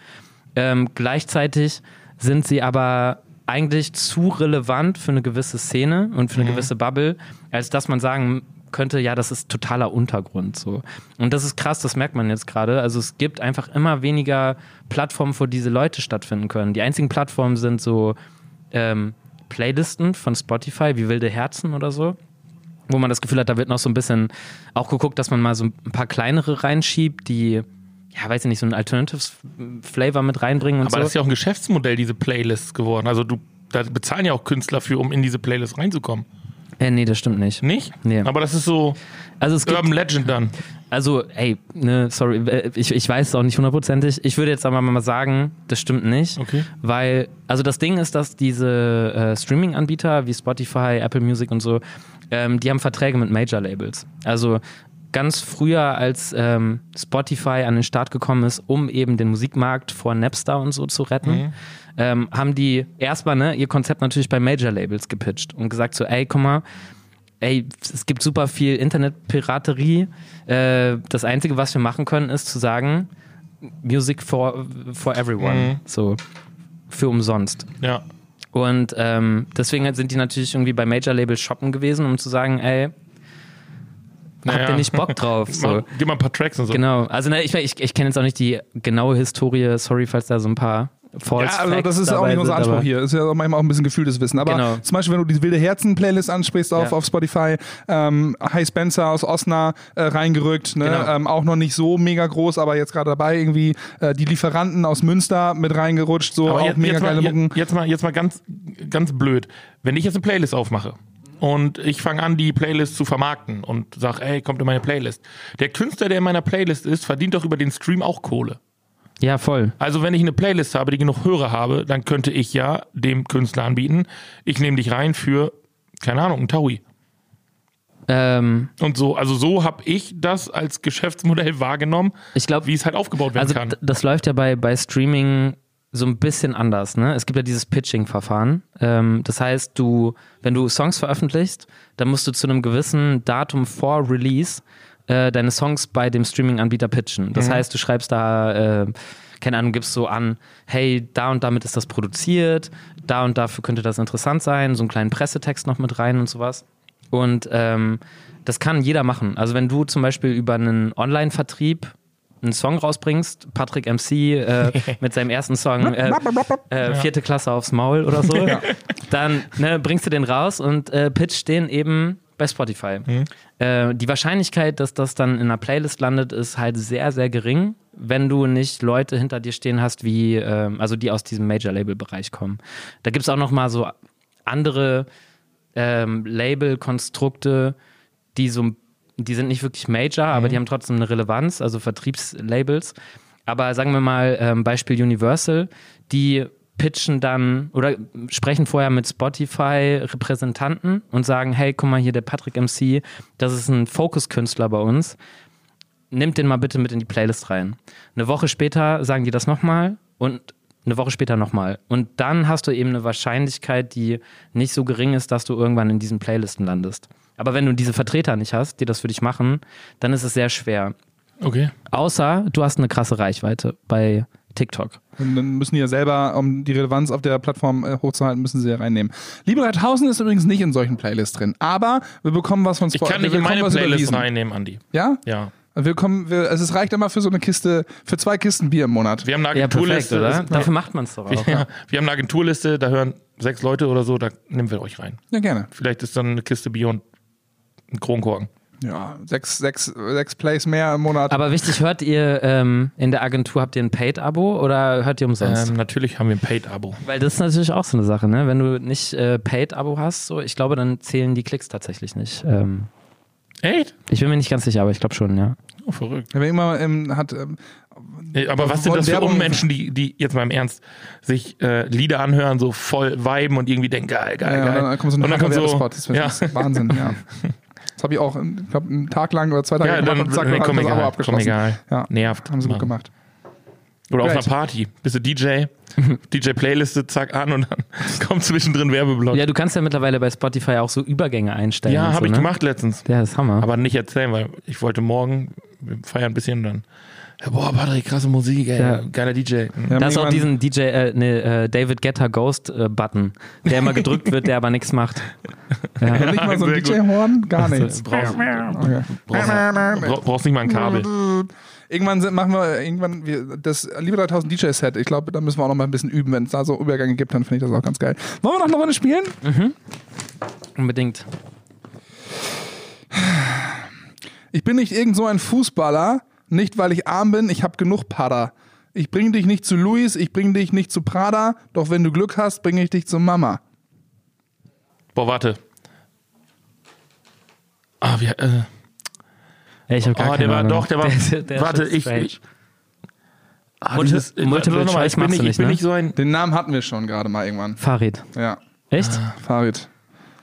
Ähm, gleichzeitig sind sie aber eigentlich zu relevant für eine gewisse Szene und für eine gewisse Bubble, als dass man sagen könnte, ja, das ist totaler Untergrund so. Und das ist krass, das merkt man jetzt gerade. Also es gibt einfach immer weniger Plattformen, wo diese Leute stattfinden können. Die einzigen Plattformen sind so ähm, Playlisten von Spotify, wie Wilde Herzen oder so, wo man das Gefühl hat, da wird noch so ein bisschen auch geguckt, dass man mal so ein paar kleinere reinschiebt, die, ja, weiß ich nicht, so einen Alternatives-Flavor mit reinbringen und Aber so. das ist ja auch ein Geschäftsmodell, diese Playlists geworden. Also du, da bezahlen ja auch Künstler für, um in diese Playlists reinzukommen. äh, nee, das stimmt nicht. Nicht? Nee. Aber das ist so Also es gibt Urban Legend dann. Also, ey, ne, sorry, äh, ich, ich weiß es auch nicht hundertprozentig. Ich würde jetzt aber mal sagen, das stimmt nicht. Okay. Weil, also das Ding ist, dass diese äh, Streaming-Anbieter wie Spotify, Apple Music und so, ähm, die haben Verträge mit Major-Labels. Also ganz früher, als ähm, Spotify an den Start gekommen ist, um eben den Musikmarkt vor Napster und so zu retten, ähm, haben die erstmal ne, ihr Konzept natürlich bei Major-Labels gepitcht und gesagt so, ey, guck mal, ey, es gibt super viel Internetpiraterie. Äh, das Einzige, was wir machen können, ist zu sagen, Music for, for everyone. Mhm. So, für umsonst. Ja. Und ähm, deswegen sind die natürlich irgendwie bei Major Labels shoppen gewesen, um zu sagen, ey, habt Naja. ihr nicht Bock drauf? So. Mach, gib mal ein paar Tracks und so. Genau, also ne, ich, ich, ich kenne jetzt auch nicht die genaue Historie, sorry, falls da so ein paar False Ja, also das Facts ist auch dabei nicht unser sind, Anspruch aber- hier. Ist ja auch manchmal auch ein bisschen gefühltes Wissen. Aber Genau. zum Beispiel, wenn du die Wilde Herzen-Playlist ansprichst auf, Ja. auf Spotify, ähm, Hi Spencer aus Osna äh, reingerückt, ne? Genau. ähm, auch noch nicht so mega groß, aber jetzt gerade dabei irgendwie äh, die Lieferanten aus Münster mit reingerutscht, so Aber auch jetzt, mega jetzt, mal, geile Mucken. jetzt, jetzt mal, jetzt mal ganz, ganz blöd. Wenn ich jetzt eine Playlist aufmache und ich fange an, die Playlist zu vermarkten und sag, ey, kommt in meine Playlist. Der Künstler, der in meiner Playlist ist, verdient doch über den Stream auch Kohle. Ja, voll. Also wenn ich eine Playlist habe, die genug Hörer habe, dann könnte ich ja dem Künstler anbieten, ich nehme dich rein für, keine Ahnung, einen Taui. Ähm, Und so, also so habe ich das als Geschäftsmodell wahrgenommen, ich glaube, wie es halt aufgebaut werden Also kann. d- das läuft ja bei, bei Streaming so ein bisschen anders. Ne? Es gibt ja dieses Pitching-Verfahren. Ähm, das heißt, du, wenn du Songs veröffentlichst, dann musst du zu einem gewissen Datum vor Release äh, deine Songs bei dem Streaming-Anbieter pitchen. Mhm. Das heißt, du schreibst da, äh, keine Ahnung, gibst so an, hey, da und damit ist das produziert, da und dafür könnte das interessant sein, so einen kleinen Pressetext noch mit rein und sowas. Und ähm, das kann jeder machen. Also wenn du zum Beispiel über einen Online-Vertrieb einen Song rausbringst, Patrick MC äh, mit seinem ersten Song äh, äh, vierte Klasse aufs Maul oder so, dann ne, bringst du den raus und äh, pitcht den eben bei Spotify. Äh, die Wahrscheinlichkeit, dass das dann in einer Playlist landet, ist halt sehr, sehr gering, wenn du nicht Leute hinter dir stehen hast, wie, ähm, also die aus diesem Major-Label-Bereich kommen. Da gibt es auch noch mal so andere ähm, Label-Konstrukte, die so die sind nicht wirklich major, aber die haben trotzdem eine Relevanz, also Vertriebslabels. Aber sagen wir mal, ähm, Beispiel Universal, die pitchen dann oder sprechen vorher mit Spotify-Repräsentanten und sagen, hey, guck mal hier, der Patrick MC, das ist ein Focus-Künstler bei uns, nimmt den mal bitte mit in die Playlist rein. Eine Woche später sagen die das nochmal und eine Woche später nochmal. Und dann hast du eben eine Wahrscheinlichkeit, die nicht so gering ist, dass du irgendwann in diesen Playlisten landest. Aber wenn du diese Vertreter nicht hast, die das für dich machen, dann ist es sehr schwer. okay. Außer du hast eine krasse Reichweite bei TikTok. Und dann müssen die ja selber, um die Relevanz auf der Plattform äh, hochzuhalten, müssen sie ja reinnehmen. Liebe 3000 ist übrigens nicht in solchen Playlists drin, aber wir bekommen was von Ich Spotify. kann nicht wir in meine bekommen was Playlist überwiesen. reinnehmen, Andi. Ja? Ja. Wir kommen, wir, also es reicht immer für so eine Kiste, für zwei Kisten Bier im Monat. Wir haben eine Ja, perfekt, Agenturliste. oder? das- Dafür macht man es doch auch. Ja, wir haben eine Agenturliste, da hören sechs Leute oder so, da nehmen wir euch rein. Ja, gerne. Vielleicht ist dann eine Kiste Bier und ein Kronkorken. Ja, sechs, sechs, sechs Plays mehr im Monat. Aber wichtig, hört ihr ähm, in der Agentur, habt ihr ein Paid-Abo oder hört ihr umsonst? Ähm, natürlich haben wir ein Paid-Abo. Weil das ist natürlich auch so eine Sache, ne? Wenn du nicht äh, Paid-Abo hast, so, ich glaube, dann zählen die Klicks tatsächlich nicht. Ähm, Echt? ich bin mir nicht ganz sicher, aber ich glaube schon, ja. Oh, verrückt. Wer immer ähm, hat, ähm, Äh, Aber was sind Wollen das für Werbung- Unmenschen, die, die jetzt mal im Ernst sich äh, Lieder anhören, so voll viben und irgendwie denken, geil, geil, ja, und geil. dann kommt so ein und dann kommt so, Spot. Das ja, ist Wahnsinn, ja. Das habe ich auch, ähm, ich glaube, einen Tag lang oder zwei Tage ja, gemacht dann, und zack, dann hat komm das Abo egal, komm abgeschlossen. egal. Ja. Nervt. Haben sie gut Mann. gemacht. Oder auf Great. einer Party. Bist du DJ, DJ-Playliste, zack an und dann kommt zwischendrin Werbeblock. Ja, du kannst ja mittlerweile bei Spotify auch so Übergänge einstellen. Ja, und hab so, habe ich ne? gemacht letztens. Ja, das ist Hammer. Aber nicht erzählen, weil ich wollte morgen, wir feiern ein bisschen dann. Ja, Boah, Patrick, krasse Musik, ey. Ja. Geiler DJ. Mhm. Wir haben da ist auch irgendwann- diesen DJ, äh, ne, äh, David Getter Ghost äh, Button, der immer gedrückt wird, der aber nichts macht. Ja. Nicht mal so ein Sehr gut. DJ-Horn, gar nichts. Brauchst, Okay. brauchst, brauchst nicht mal ein Kabel. Irgendwann sind, machen wir irgendwann wir, das Liebe 3000 DJ-Set. Ich glaube, da müssen wir auch noch mal ein bisschen üben. Wenn es da so Übergänge gibt, dann finde ich das auch ganz geil. Wollen wir noch eine Runde spielen? Unbedingt. Ich bin nicht irgend so ein Fußballer, nicht weil ich arm bin, ich habe genug Pada. Ich bringe dich nicht zu Luis, ich bringe dich nicht zu Prada, doch wenn du Glück hast, bringe ich dich zu Mama. Boah, warte. Ah, wir, äh, Ja, ich habe gar oh, der keine war Ahnung. doch, der war. der- der ist warte, schon ich. strange. ich ah, Multi- dieses- äh, Multiple warte noch mal, Choice ich bin machst nicht, du ich bin nicht, nicht so ein. Den Namen hatten wir schon gerade mal irgendwann. Farid. Ja, Echt? Ah. Farid.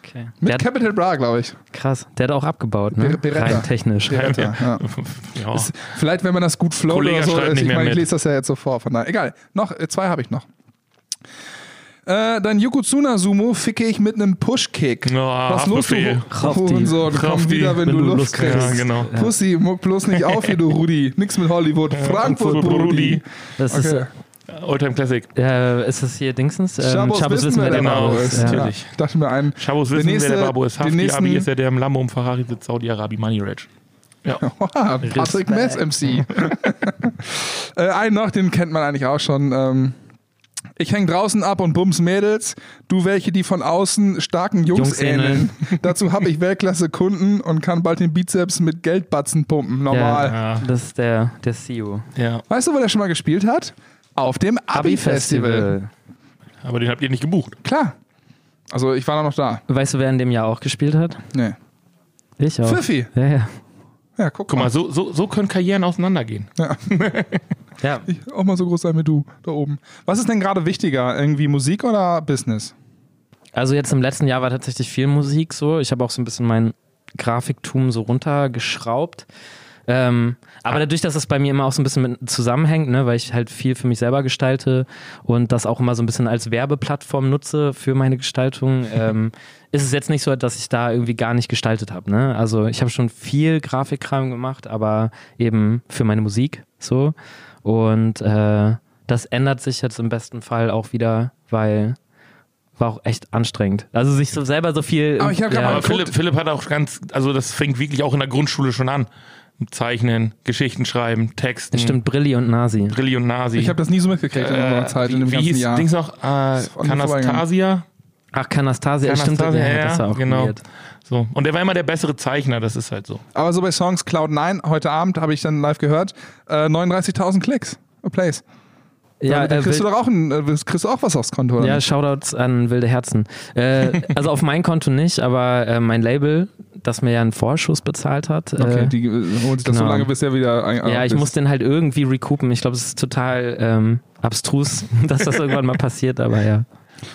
Okay. Mit Der hat, Capital Bra, glaube ich. krass. Der hat auch abgebaut, ne? Ber- Beretta. Rein technisch. Beretta, ja. Ja. Vielleicht, wenn man das gut float Oh. Kollege oder so. schreibt Ich, nicht mehr meine, ich mit. lese das ja jetzt so vor. Von daher. Egal, noch, äh, zwei habe ich noch. Äh, dein Yokozuna-Sumo ficke ich mit einem Push-Kick. Ja, Was los, du Haftbefehl. Krafti. Hurensohn? Komm Krafti, wieder, wenn, du Lust kriegst. Ja, genau. Pussy, muck bloß nicht auf hier, du Rudi. Nix mit Hollywood. Frankfurt, Brudi. Brudi. Das Okay. Oldtime Classic. ist, äh, ist das hier Dingsens? Ähm, Chabos wissen, wer der genau. Babo Babo ist. ist, Ja. natürlich. Ich dachte mir einen. Chavos Der wissen, nächste- wer der Babo ist. den Hafti nächsten- Abi ist ja der im Lambo um Ferrari sitzt, Saudi-Arabi, Money Rage. Ja. Oha, ah, Patrick Metz MC. äh, einen noch, den kennt man eigentlich auch schon. Ähm, ich häng draußen ab und bums Mädels. Du welche, die von außen starken Jungs, Jungs ähneln. Dazu habe ich Weltklasse Kunden und kann bald den Bizeps mit Geldbatzen pumpen. Normal. Ja. Das ist der, der E CEO. ja. Weißt du, wo der schon mal gespielt hat? Auf dem Abi-Festival. Abi-Festival. Aber den habt ihr nicht gebucht. Klar. Also ich war da noch da. Weißt du, wer in dem Jahr auch gespielt hat? Nee. Ich auch. Pfiffi. Ja, ja. Ja, guck, Guck mal. mal, so, so, so können Karrieren auseinandergehen. ja. Ich, auch mal so groß sein wie du da oben. Was ist denn gerade wichtiger? Irgendwie Musik oder Business? Also jetzt im letzten Jahr war tatsächlich viel Musik so. Ich habe auch so ein bisschen mein Grafiktum so runtergeschraubt. Ähm, aber dadurch, dass das bei mir immer auch so ein bisschen mit zusammenhängt, ne, weil ich halt viel für mich selber gestalte und das auch immer so ein bisschen als Werbeplattform nutze für meine Gestaltung, ähm, ist es jetzt nicht so, dass ich da irgendwie gar nicht gestaltet habe. Ne? Also ich habe schon viel Grafikkram gemacht, aber eben für meine Musik so. Und äh, das ändert sich jetzt im besten Fall auch wieder, weil war auch echt anstrengend. Also sich so selber so viel. Aber ich hab grad mal Aber guck- Philipp, Philipp hat auch ganz, also das fängt wirklich auch in der Grundschule schon an. Zeichnen, Geschichten schreiben, Mhm. Texten. Stimmt, Brilli und Nasi. Drilli und Nasi. Äh, Ich habe das nie so mitgekriegt in Äh, unserer Zeit, in dem wie ganzen hieß Jahr. Dings noch? Äh, an mir Kanastasia. Ach, Kanastasia, stimmt. Kanastasia, ja, das war auch genau. weird. So. Und er war immer der bessere Zeichner, das ist halt so. Aber so bei Songs Cloud9, heute Abend habe ich dann live gehört, äh, 39.000 Klicks, uh, Plays. Ja, da äh, kriegst du Wil- doch auch, ein, äh, kriegst du auch was aufs Konto. Oder ja, nicht? Shoutouts an Wilde Herzen. Äh, also auf mein Konto nicht, aber äh, mein Label, das mir ja einen Vorschuss bezahlt hat. okay, äh, die Ah, äh, holen sich das so genau. lange, bis er wieder ein, ja, ich bist. muss den halt irgendwie recoupen. Ich glaube, es ist total ähm, abstrus, dass das irgendwann mal passiert, aber ja.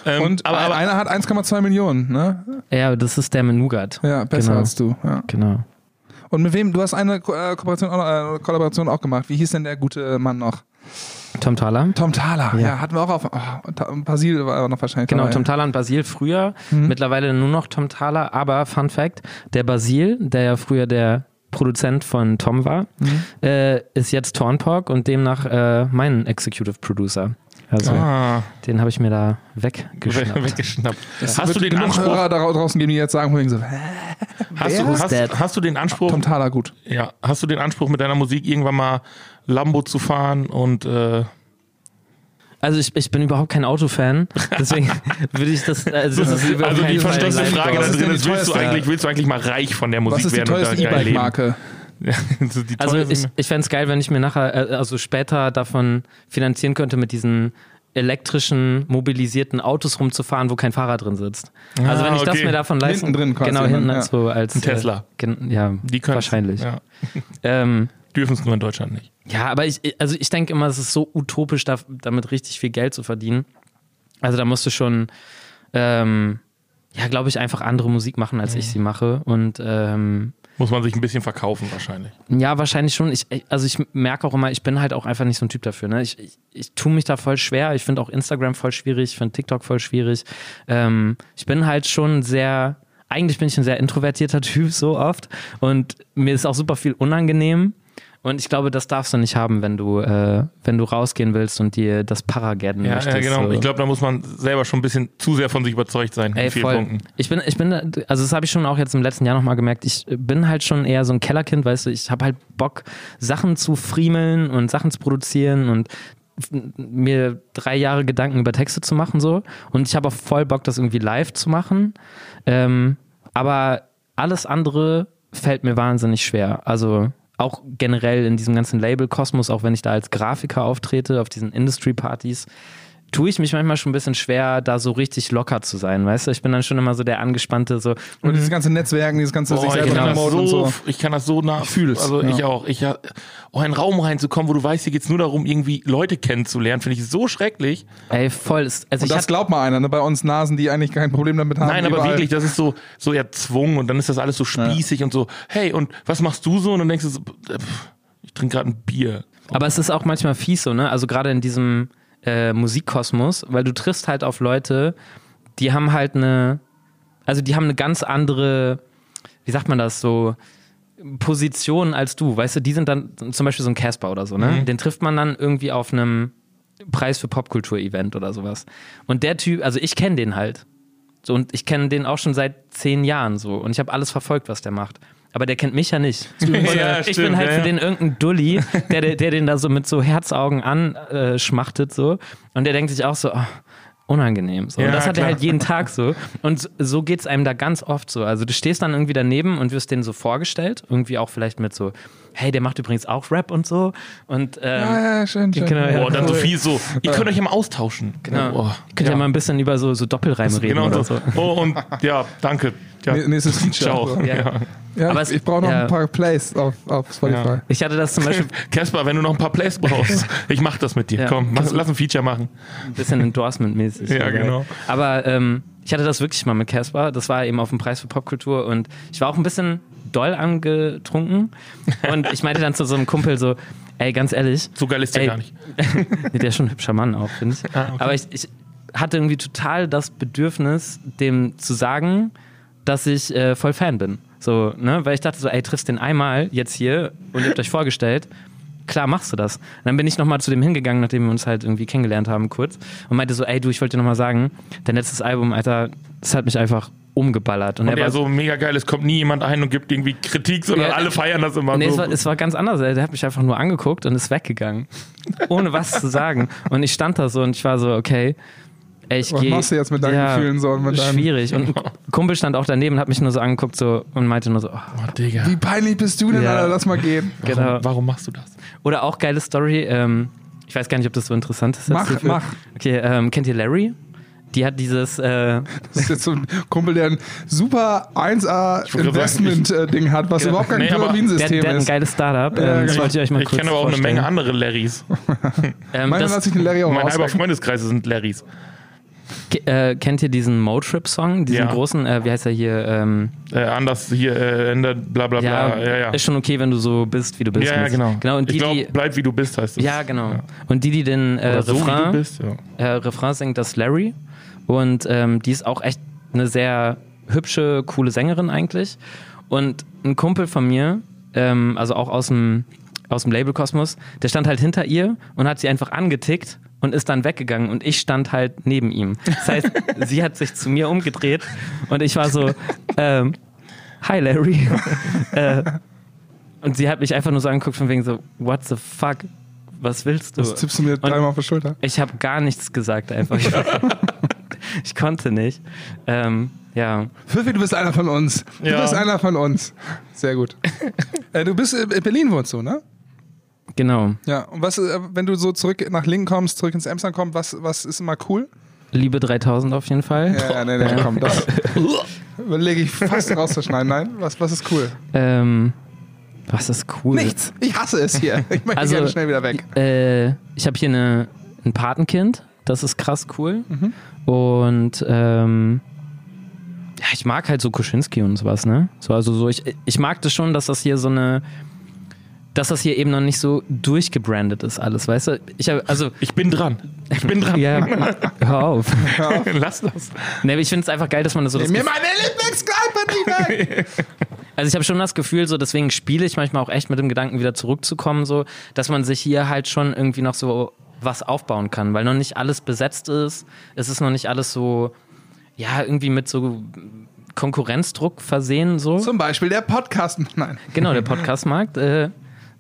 Ähm, Und aber, einer hat 1,2 Millionen, ne? Ja, das ist der mit Nougat. Ja, besser Genau. als du. Ja. Genau. Und mit wem? Du hast eine Ko- äh, Kooperation, auch- äh, Kollaboration auch gemacht. Wie hieß denn der gute Mann noch? Tom Thaler. Tom Thaler. Ja, Ja. hatten wir auch auf. Oh, und Ta- und Basil war noch wahrscheinlich. Genau, dabei. Tom Thaler und Basil früher, Mhm. mittlerweile nur noch Tom Thaler, aber Fun Fact, der Basil, der ja früher der Produzent von Tom war, Mhm. äh, ist jetzt Tornpork und demnach äh, mein Executive Producer. Also ah, den habe ich mir da weggeschnappt. weggeschnappt. Wird Hast du, den genug Anspruch, Hörer da draußen geben, die jetzt sagen, von wegen so, hä? hast, du, Who's that? hast, hast du den Anspruch, Tom Thaler gut. ja, hast du den Anspruch, mit deiner Musik irgendwann mal Lambo zu fahren und äh, Also ich, ich bin überhaupt kein Autofan, deswegen würde ich das... Also, das ist also die versteckte Frage Was da ist drin denn ist, die willst du, teuerste- eigentlich, willst du eigentlich mal reich von der Musik Was ist die werden teuerste und da geil leben? E-Bike-Marke? also die Also teuersten- ich, ich fänd's geil, wenn ich mir nachher, äh, also später davon finanzieren könnte, mit diesen elektrischen, mobilisierten Autos rumzufahren, wo kein Fahrer drin sitzt. also Ah, wenn ich das okay. mir davon leisten Hinten drin quasi, Genau, ne? hinten Ja. als, so als Ein Tesla. Äh, gen- ja, die können wahrscheinlich. Ja. Ja, Ähm, dürfen es nur in Deutschland nicht. ja, aber ich, also ich denke immer, es ist so utopisch, da, damit richtig viel Geld zu verdienen. Also da musst du schon, ähm, ja, glaube ich, einfach andere Musik machen, als ich sie mache. Und ähm, Muss man sich ein bisschen verkaufen wahrscheinlich. Ja, wahrscheinlich schon. Ich, also ich merke auch immer, ich bin halt auch einfach nicht so ein Typ dafür. Ne? Ich, ich, ich tue mich da voll schwer. Ich finde auch Instagram voll schwierig, ich finde TikTok voll schwierig. Ähm, ich bin halt schon sehr, eigentlich bin ich ein sehr introvertierter Typ so oft und mir ist auch super viel unangenehm. Und ich glaube, das darfst du nicht haben, wenn du, äh, wenn du rausgehen willst und dir das Paragadden Ja, möchtest. ja genau. So. Ich glaube, da muss man selber schon ein bisschen zu sehr von sich überzeugt sein Ey, in vielen voll. Punkten. Ich bin, ich bin, also das habe ich schon auch jetzt im letzten Jahr nochmal gemerkt, ich bin halt schon eher so ein Kellerkind, weißt du, ich habe halt Bock, Sachen zu friemeln und Sachen zu produzieren und f- mir drei Jahre Gedanken über Texte zu machen so. Und ich habe auch voll Bock, das irgendwie live zu machen. Ähm, aber alles andere fällt mir wahnsinnig schwer. Also auch generell in diesem ganzen Label-Kosmos, auch wenn ich da als Grafiker auftrete, auf diesen Industry-Partys, tue ich mich manchmal schon ein bisschen schwer, da so richtig locker zu sein, weißt du? Ich bin dann schon immer so der angespannte, so, Und dieses ganze Netzwerken, dieses ganze sich Mhm. Boah, Oh, ich, selber kann das promoten so, und so. ich kann das so nach. Ich fühl's, Also ja. ich auch. Ich, ha- oh, in einen Raum reinzukommen, wo du weißt, hier geht's nur darum, irgendwie Leute kennenzulernen, finde ich so schrecklich. ey, voll. Ist, also Und ich das hab, glaubt mal einer, ne? Bei uns Nasen, die eigentlich kein Problem damit haben. Nein, aber überall. wirklich, das ist so, so erzwungen und dann ist das alles so spießig und so, hey, und was machst du so? Und dann denkst du so, pff, ich trinke gerade ein Bier. aber es ist auch manchmal fies so, ne? Also gerade in diesem äh, Musikkosmos, weil du triffst halt auf Leute, die haben halt eine, also die haben eine ganz andere, wie sagt man das so, Position als du, weißt du? Die sind dann zum Beispiel so ein Casper oder so, ne? Den trifft man dann irgendwie auf einem Preis für Popkultur-Event oder sowas. Und der Typ, also ich kenne den halt. So, und ich kenne den auch schon seit zehn Jahren so. Und ich habe alles verfolgt, was der macht. Aber der kennt mich ja nicht. Und, Ja, äh, ich stimmt, bin halt ja, für ja. den irgendein Dulli, der, der, der den da so mit so Herzaugen anschmachtet so. Und der denkt sich auch so, oh, unangenehm. So. Ja, und das hat klar. er halt jeden Tag so. Und so geht es einem da ganz oft so. Also du stehst dann irgendwie daneben und wirst denen so vorgestellt. Irgendwie auch vielleicht mit so, hey, der macht übrigens auch Rap und so. Und ähm, Ja, Ah, ja, schön, schön. Genau, ja. Boah, und dann so Cool. viel so, ihr könnt euch ja mal austauschen. ja, Oh, ihr könnt ja. mal ein bisschen über so, so Doppelreime reden genau oder so. so. Oh, und ja, danke. Ja, Nä- Nächstes Feature. ciao. Ja. Ja. Ja, Aber ich, es- ich brauche noch ja. ein paar Plays auf, auf Spotify. Ich hatte das zum Beispiel Caspar, wenn du noch ein paar Plays brauchst, ich mach das mit dir. Ja. Komm, mach, lass ein Feature machen. ein bisschen Endorsement-mäßig. Ja, genau. Aber ähm, ich hatte das wirklich mal mit Caspar. Das war eben auf dem Preis für Popkultur und ich war auch ein bisschen doll angetrunken. Und ich meinte dann zu so einem Kumpel so, ey, ganz ehrlich, So geil ist der Ey. gar nicht. Nee, der ist schon ein hübscher Mann auch, finde ich. Aber ich, ich hatte irgendwie total das Bedürfnis, dem zu sagen, dass ich äh, voll Fan bin. So, ne? Weil ich dachte so, ey, triffst den einmal jetzt hier und ihr habt euch vorgestellt. Klar machst du das. Und dann bin ich nochmal zu dem hingegangen, nachdem wir uns halt irgendwie kennengelernt haben, kurz, und meinte so, ey du, ich wollte dir nochmal sagen, dein letztes Album, Alter, das hat mich einfach umgeballert. Und, Und er so mega geil, es kommt nie jemand ein und gibt irgendwie Kritik, sondern Ja. alle feiern das immer Nee, es so. war, es war ganz anders. Er hat mich einfach nur angeguckt und ist weggegangen. Ohne was zu sagen. Und ich stand da so und ich war so, okay, ey, ich Was gehe. machst du jetzt mit deinen Gefühlen so und mit deinem- Schwierig. Und ein Kumpel stand auch daneben und hat mich nur so angeguckt so, und meinte nur so, oh, oh, Digga. Wie peinlich bist du denn, Ja. Alter? Lass mal gehen. genau. Warum, warum machst du das? Oder auch geile Story. Ähm, ich weiß gar nicht, ob das so interessant ist. jetzt Mach, hierfür. mach. Okay, ähm, kennt ihr Larry? Die hat dieses, äh, Das ist jetzt so ein Kumpel, der ein super wollte gerade sagen, 1A-Investment-Ding äh, hat, was Genau. überhaupt kein Nee, aber der, Pyramidensystem der hat ein ist. geiles Startup. Ähm, Ja, das genau. wollte ich euch mal ich kurz kenne aber auch vorstellen. eine Menge andere Larrys. Ähm, Meiner das- lasse ich den Larry auch Mein halber raus. Freundeskreis sind Larrys. Ke- äh, kennt ihr diesen Motrip-Song? Diesen Ja. großen, äh, wie heißt er hier? Ähm, Äh, anders hier, äh, ändert, bla bla ja, bla. Ja, ja. ist schon okay, wenn du so bist, wie du bist. ja, ja, genau. genau und die, ich die, glaube, bleib wie du bist, heißt es. ja, genau. Und die, die den äh, Oder so wie du Refrain, bist, ja. äh, Refrain singt, das ist Larry. Und ähm, die ist auch echt eine sehr hübsche, coole Sängerin eigentlich. Und ein Kumpel von mir, ähm, also auch aus dem, aus dem Label Kosmos, der stand halt hinter ihr und hat sie einfach angetickt und ist dann weggegangen und ich stand halt neben ihm. Das heißt, sie hat sich zu mir umgedreht und ich war so, ähm, hi Larry. äh, und sie hat mich einfach nur so angeguckt von wegen so, what the fuck, was willst du? Das tippst du mir dreimal auf die Schulter. Ich habe gar nichts gesagt einfach. Ich, ich konnte nicht. Ähm, ja. Pfiffi, du bist einer von uns. Du Ja. bist einer von uns. Sehr gut. äh, du bist äh, in Berlin wohnst du, ne? Genau. Ja. Und was, äh, wenn du so zurück nach Linken kommst, zurück ins Amsterdam kommst, was, was ist immer cool? Liebe 3000 auf jeden Fall. Ja, ja, nee, nee, komm, das überlege ich fast rauszuschneiden. Nein, was, was ist cool? Ähm, was ist cool? Nichts. Ich hasse es hier. Ich möchte Also- gerne schnell wieder weg. Äh, ich habe hier eine, ein Patenkind. Das ist krass cool. Mhm. Und ähm, ja, ich mag halt so Kuschinski und sowas, ne? So, also so, ich, ich mag das schon, dass das hier so eine, dass das hier eben noch nicht so durchgebrandet ist, alles, weißt du? Ich habe, also, Ich bin dran. Ich bin dran. ja, hör auf. Lass das. Ne, aber ich finde es einfach geil, dass man das so das Nimm mir meine Lieblingskleidpartie weg! Also ich habe schon das Gefühl, so deswegen spiele ich manchmal auch echt mit dem Gedanken, wieder zurückzukommen, so, dass man sich hier halt schon irgendwie noch so was aufbauen kann, weil noch nicht alles besetzt ist. Es ist noch nicht alles so, ja, irgendwie mit so Konkurrenzdruck versehen, so. Zum Beispiel der Podcast. Nein. Genau, der Podcastmarkt, äh,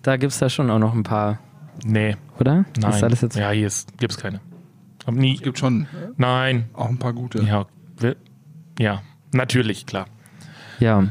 da gibt es ja schon auch noch ein paar, Nee, oder? nein. Ist alles jetzt ja, hier ist, gibt's keine. Hab nie, Gibt schon nein. auch ein paar gute. Ja, wir- ja, natürlich, klar. ja.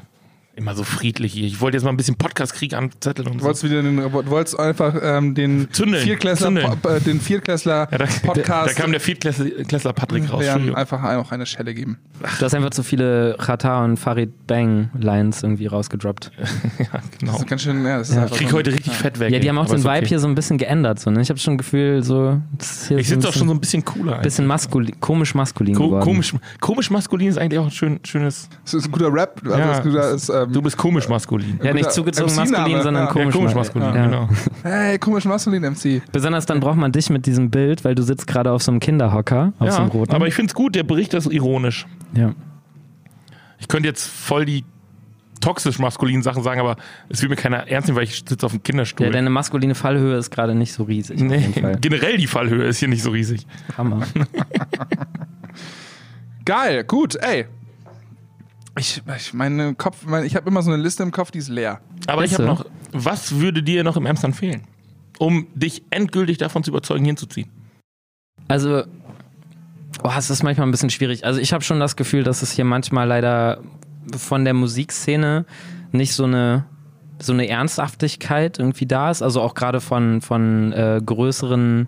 Immer so friedlich hier. Ich wollte jetzt mal ein bisschen Podcast-Krieg anzetteln und Du so. wolltest, wieder den, du wolltest einfach ähm, den Zündeln, Viertklässler, zündeln. Po- äh, den Viertklässler Ja, da, da, da Podcast kam der Viertklässler Klässler Patrick raus. werden Entschuldigung. einfach auch eine Schelle geben. Du hast einfach zu viele Rata und Farid Bang Lines irgendwie rausgedroppt. Ja, genau. Das ist ganz schön, ja, das ist Ja. einfach Krieg so- heute richtig fett weg. Ja, die haben auch aber den ist Vibe okay. hier so ein bisschen geändert. So, ne? Ich habe schon das Gefühl, so. das hier Ich ist ein sitze auch bisschen- schon so ein bisschen cooler. eigentlich. bisschen maskuli komisch maskulin Ko geworden. komisch, komisch maskulin ist eigentlich auch ein schön, schönes. Das ist ein guter Rap. Also Ja. das ist guter, ist, ähm, Du bist komisch maskulin. Ja, nicht Guter zugezogen MC-Name, maskulin, sondern ja. komisch, ja, komisch ma- maskulin, ja. genau. hey, komisch maskulin MC. Besonders dann braucht man dich mit diesem Bild, weil du sitzt gerade auf so einem Kinderhocker, auf so einem Ja, roten. aber ich finde es gut, der Bericht ist ironisch. ja. Ich könnte jetzt voll die toxisch maskulinen Sachen sagen, aber es will mir keiner ernst nehmen, weil ich sitze auf dem Kinderstuhl. ja, deine maskuline Fallhöhe ist gerade nicht so riesig. auf nee, jeden Fall. generell die Fallhöhe ist hier nicht so riesig. Hammer. Geil, gut, ey. Ich, ich meine Kopf, mein, ich habe immer so eine Liste im Kopf, die ist leer. Aber ich Ist habe so. noch, was würde dir noch im Amsterdam fehlen, um dich endgültig davon zu überzeugen, hinzuziehen? Also, oh, es ist manchmal ein bisschen schwierig. Also, ich habe schon das Gefühl, dass es hier manchmal leider von der Musikszene nicht so eine so eine Ernsthaftigkeit irgendwie da ist. Also auch gerade von, von äh, größeren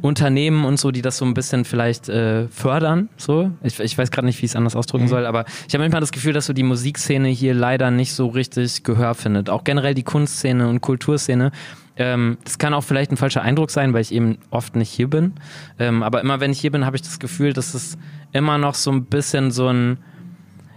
Unternehmen und so, die das so ein bisschen vielleicht äh, fördern. So. Ich, ich weiß gerade nicht, wie ich es anders ausdrücken Mhm. soll, aber ich habe manchmal das Gefühl, dass so die Musikszene hier leider nicht so richtig Gehör findet. Auch generell die Kunstszene und Kulturszene. Ähm, das kann auch vielleicht ein falscher Eindruck sein, weil ich eben oft nicht hier bin. Ähm, aber immer wenn ich hier bin, habe ich das Gefühl, dass es immer noch so ein bisschen so ein,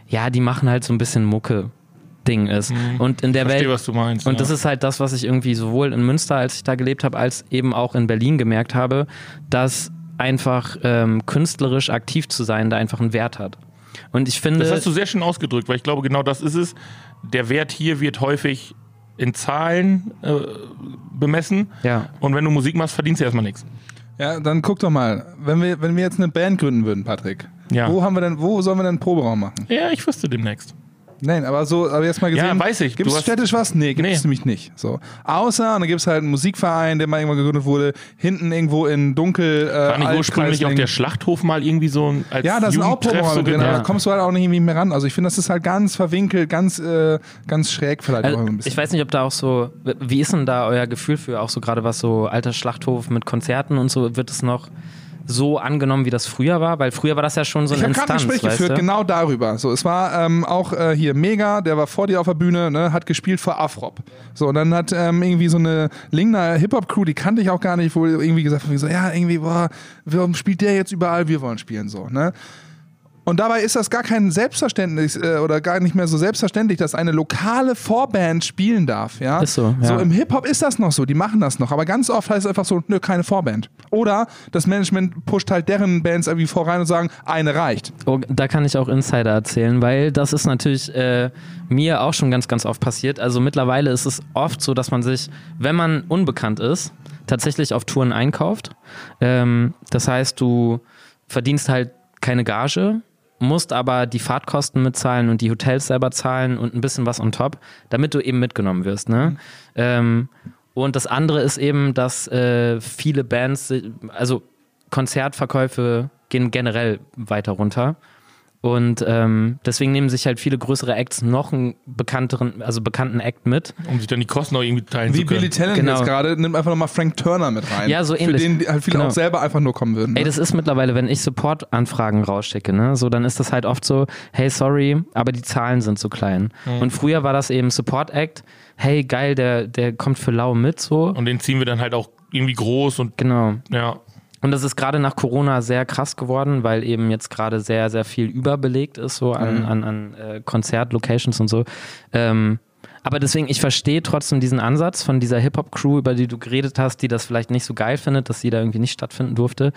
ja, die machen halt so ein bisschen Mucke-Ding ist. Und in der Mhm. Verstehe, Welt was du meinst. und das ja. ist halt das, was ich irgendwie sowohl in Münster, als ich da gelebt habe, als eben auch in Berlin gemerkt habe, dass einfach ähm, künstlerisch aktiv zu sein da einfach einen Wert hat. Und ich finde, Das hast du sehr schön ausgedrückt, weil ich glaube, genau das ist es. Der Wert hier wird häufig in Zahlen äh, bemessen. Ja. Und wenn du Musik machst, verdienst du erstmal nichts. Ja, dann guck doch mal, wenn wir, wenn wir jetzt eine Band gründen würden, Patrick. Ja. Wo haben wir denn, wo sollen wir denn einen Proberaum machen? Ja, ich wüsste demnächst. Äh, Nein, aber so, aber jetzt mal gesehen. Ja, weiß ich. Gibt Du es hast- städtisch was? Nee, gibt es Nee. nämlich nicht. So. Außer, und da gibt es halt einen Musikverein, der mal irgendwann gegründet wurde, hinten irgendwo in dunkel. Äh, War nicht ursprünglich auf Altkreisling. der Schlachthof mal irgendwie so ein als Ja, da sind auch Jugendtreff Proberaum so drin, ge- aber da ja. kommst du halt auch nicht irgendwie mehr ran. Also ich finde, das ist halt ganz verwinkelt, ganz, äh, ganz schräg vielleicht auch also, ein bisschen. ich weiß nicht, ob da auch so, wie ist denn da euer Gefühl für auch so gerade was so alter Schlachthof mit Konzerten und so, wird es noch so angenommen, wie das früher war? Weil früher war das ja schon so Ich eine habe gerade ein Instanz, Gespräch weißt geführt, du? genau darüber. So, es war ähm, auch äh, hier Mega, der war vor dir auf der Bühne, ne, hat gespielt vor Afrop. So, und dann hat ähm, irgendwie so eine Lingner Hip-Hop-Crew, die kannte ich auch gar nicht, wohl irgendwie gesagt, von wegen so, ja, irgendwie, boah, warum spielt der jetzt überall? Wir wollen spielen, so, ne? Und dabei ist das gar kein Selbstverständnis äh, oder gar nicht mehr so selbstverständlich, dass eine lokale Vorband spielen darf. Ja? Ist so, ja. so im Hip-Hop ist das noch so, die machen das noch. Aber ganz oft heißt es einfach so, nö, keine Vorband. Oder das Management pusht halt deren Bands irgendwie voran und sagen, eine reicht. Oh, da kann ich auch Insider erzählen, weil das ist natürlich äh, mir auch schon ganz, ganz oft passiert. Also mittlerweile ist es oft so, dass man sich, wenn man unbekannt ist, tatsächlich auf Touren einkauft. Ähm, das heißt, du verdienst halt keine Gage, musst aber die Fahrtkosten mitzahlen und die Hotels selber zahlen und ein bisschen was on top, damit du eben mitgenommen wirst. Ne? Ähm, und das andere ist eben, dass äh, viele Bands, si- also Konzertverkäufe gehen generell weiter runter. Und ähm, deswegen nehmen sich halt viele größere Acts noch einen bekannteren, also bekannten Act mit. um sich dann die Kosten auch irgendwie teilen Wie zu können. Billy Talent Genau. jetzt gerade, nimmt einfach nochmal Frank Turner mit rein. Ja, so ähnlich. Für den die halt viele Genau. auch selber einfach nur kommen würden. Ey, Ne? das ist mittlerweile, wenn ich Support-Anfragen rausschicke, ne, so, dann ist das halt oft so, hey, sorry, aber die Zahlen sind zu klein. Und früher war das eben Support-Act, hey, geil, der, der kommt für lau mit, so. Und den ziehen wir dann halt auch irgendwie groß und Genau. ja. Und das ist gerade nach Corona sehr krass geworden, weil eben jetzt gerade sehr, sehr viel überbelegt ist, so an, an, an äh, Konzertlocations und so. Ähm, aber deswegen, ich verstehe trotzdem diesen Ansatz von dieser Hip-Hop-Crew, über die du geredet hast, die das vielleicht nicht so geil findet, dass sie da irgendwie nicht stattfinden durfte,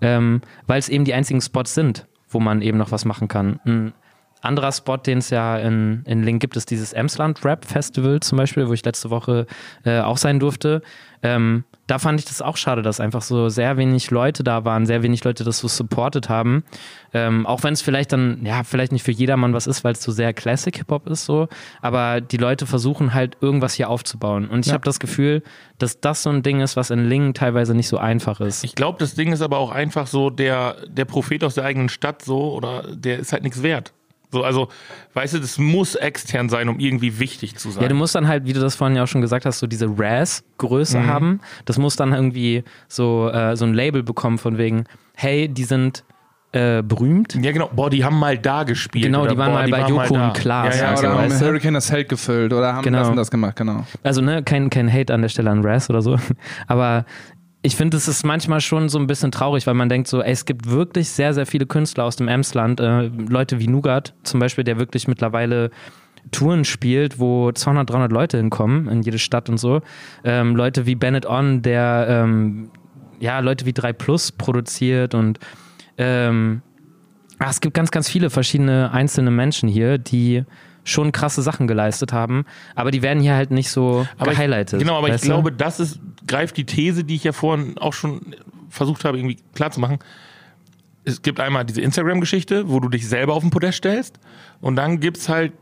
ähm, weil es eben die einzigen Spots sind, wo man eben noch was machen kann. Ein anderer Spot, den es ja in, in Link gibt, ist dieses Emsland Rap Festival zum Beispiel, wo ich letzte Woche äh, auch sein durfte. Ähm, da fand ich das auch schade, dass einfach so sehr wenig Leute da waren, sehr wenig Leute das so supported haben. Ähm, auch wenn es vielleicht dann, ja, vielleicht nicht für jedermann was ist, weil es so sehr Classic-Hip-Hop ist so. Aber die Leute versuchen halt irgendwas hier aufzubauen. Und ich habe das Gefühl, dass das so ein Ding ist, was in Lingen teilweise nicht so einfach ist. Ich glaube, das Ding ist aber auch einfach so, der, der Prophet aus der eigenen Stadt so, oder der ist halt nichts wert. So, also, weißt du, das muss extern sein, um irgendwie wichtig zu sein. Ja, du musst dann halt, wie du das vorhin ja auch schon gesagt hast, so diese RAS-Größe haben. Das muss dann irgendwie so, äh, so ein Label bekommen von wegen, hey, die sind äh, berühmt. Ja, genau. Boah, die haben mal da gespielt. Genau, Oder die waren mal boah, bei Joko da. und Klaas. Ja, ja, Also, oder genau. haben weißt du? Hurricane das Held gefüllt oder haben Genau. das und das gemacht, genau. Also, ne, kein, kein Hate an der Stelle an RAS oder so. Aber ich finde, es ist manchmal schon so ein bisschen traurig, weil man denkt so, ey, es gibt wirklich sehr, sehr viele Künstler aus dem Emsland. Äh, Leute wie Nugat zum Beispiel, der wirklich mittlerweile Touren spielt, wo 200, 300 Leute hinkommen in jede Stadt und so. Ähm, Leute wie Bennett On, der ähm, ja Leute wie 3 Plus produziert und ähm, ach, es gibt ganz, ganz viele verschiedene einzelne Menschen hier, die schon krasse Sachen geleistet haben, aber die werden hier halt nicht so Aber ich- gehighlightet. Genau, aber ich weißt du? glaube, das ist, greift die These, die ich ja vorhin auch schon versucht habe, irgendwie klarzumachen. Es gibt einmal diese Instagram-Geschichte, wo du dich selber auf den Podest stellst. Und dann gibt's halt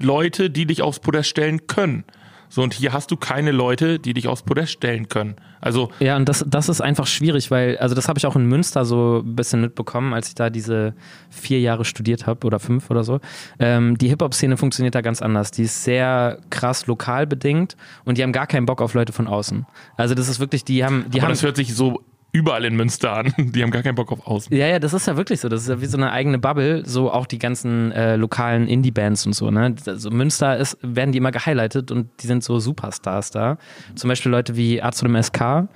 Leute, die dich aufs Podest stellen können. So, und hier hast du keine Leute, die dich aufs Podest stellen können. Also, Ja, und das, das ist einfach schwierig, weil, also das habe ich auch in Münster so ein bisschen mitbekommen, als ich da diese vier Jahre studiert habe oder fünf oder so. Ähm, die Hip-Hop-Szene funktioniert da ganz anders. Die ist sehr krass lokal bedingt und die haben gar keinen Bock auf Leute von außen. Also das ist wirklich, die haben, die aber haben. das hört sich so überall in Münster an. Die haben gar keinen Bock auf Außen. Ja, ja, das ist ja wirklich so. Das ist ja wie so eine eigene Bubble, so auch die ganzen äh, lokalen Indie-Bands und so. Ne? Also Münster ist, werden die immer gehighlightet und die sind so Superstars da. Zum Beispiel Leute wie Azulem SK,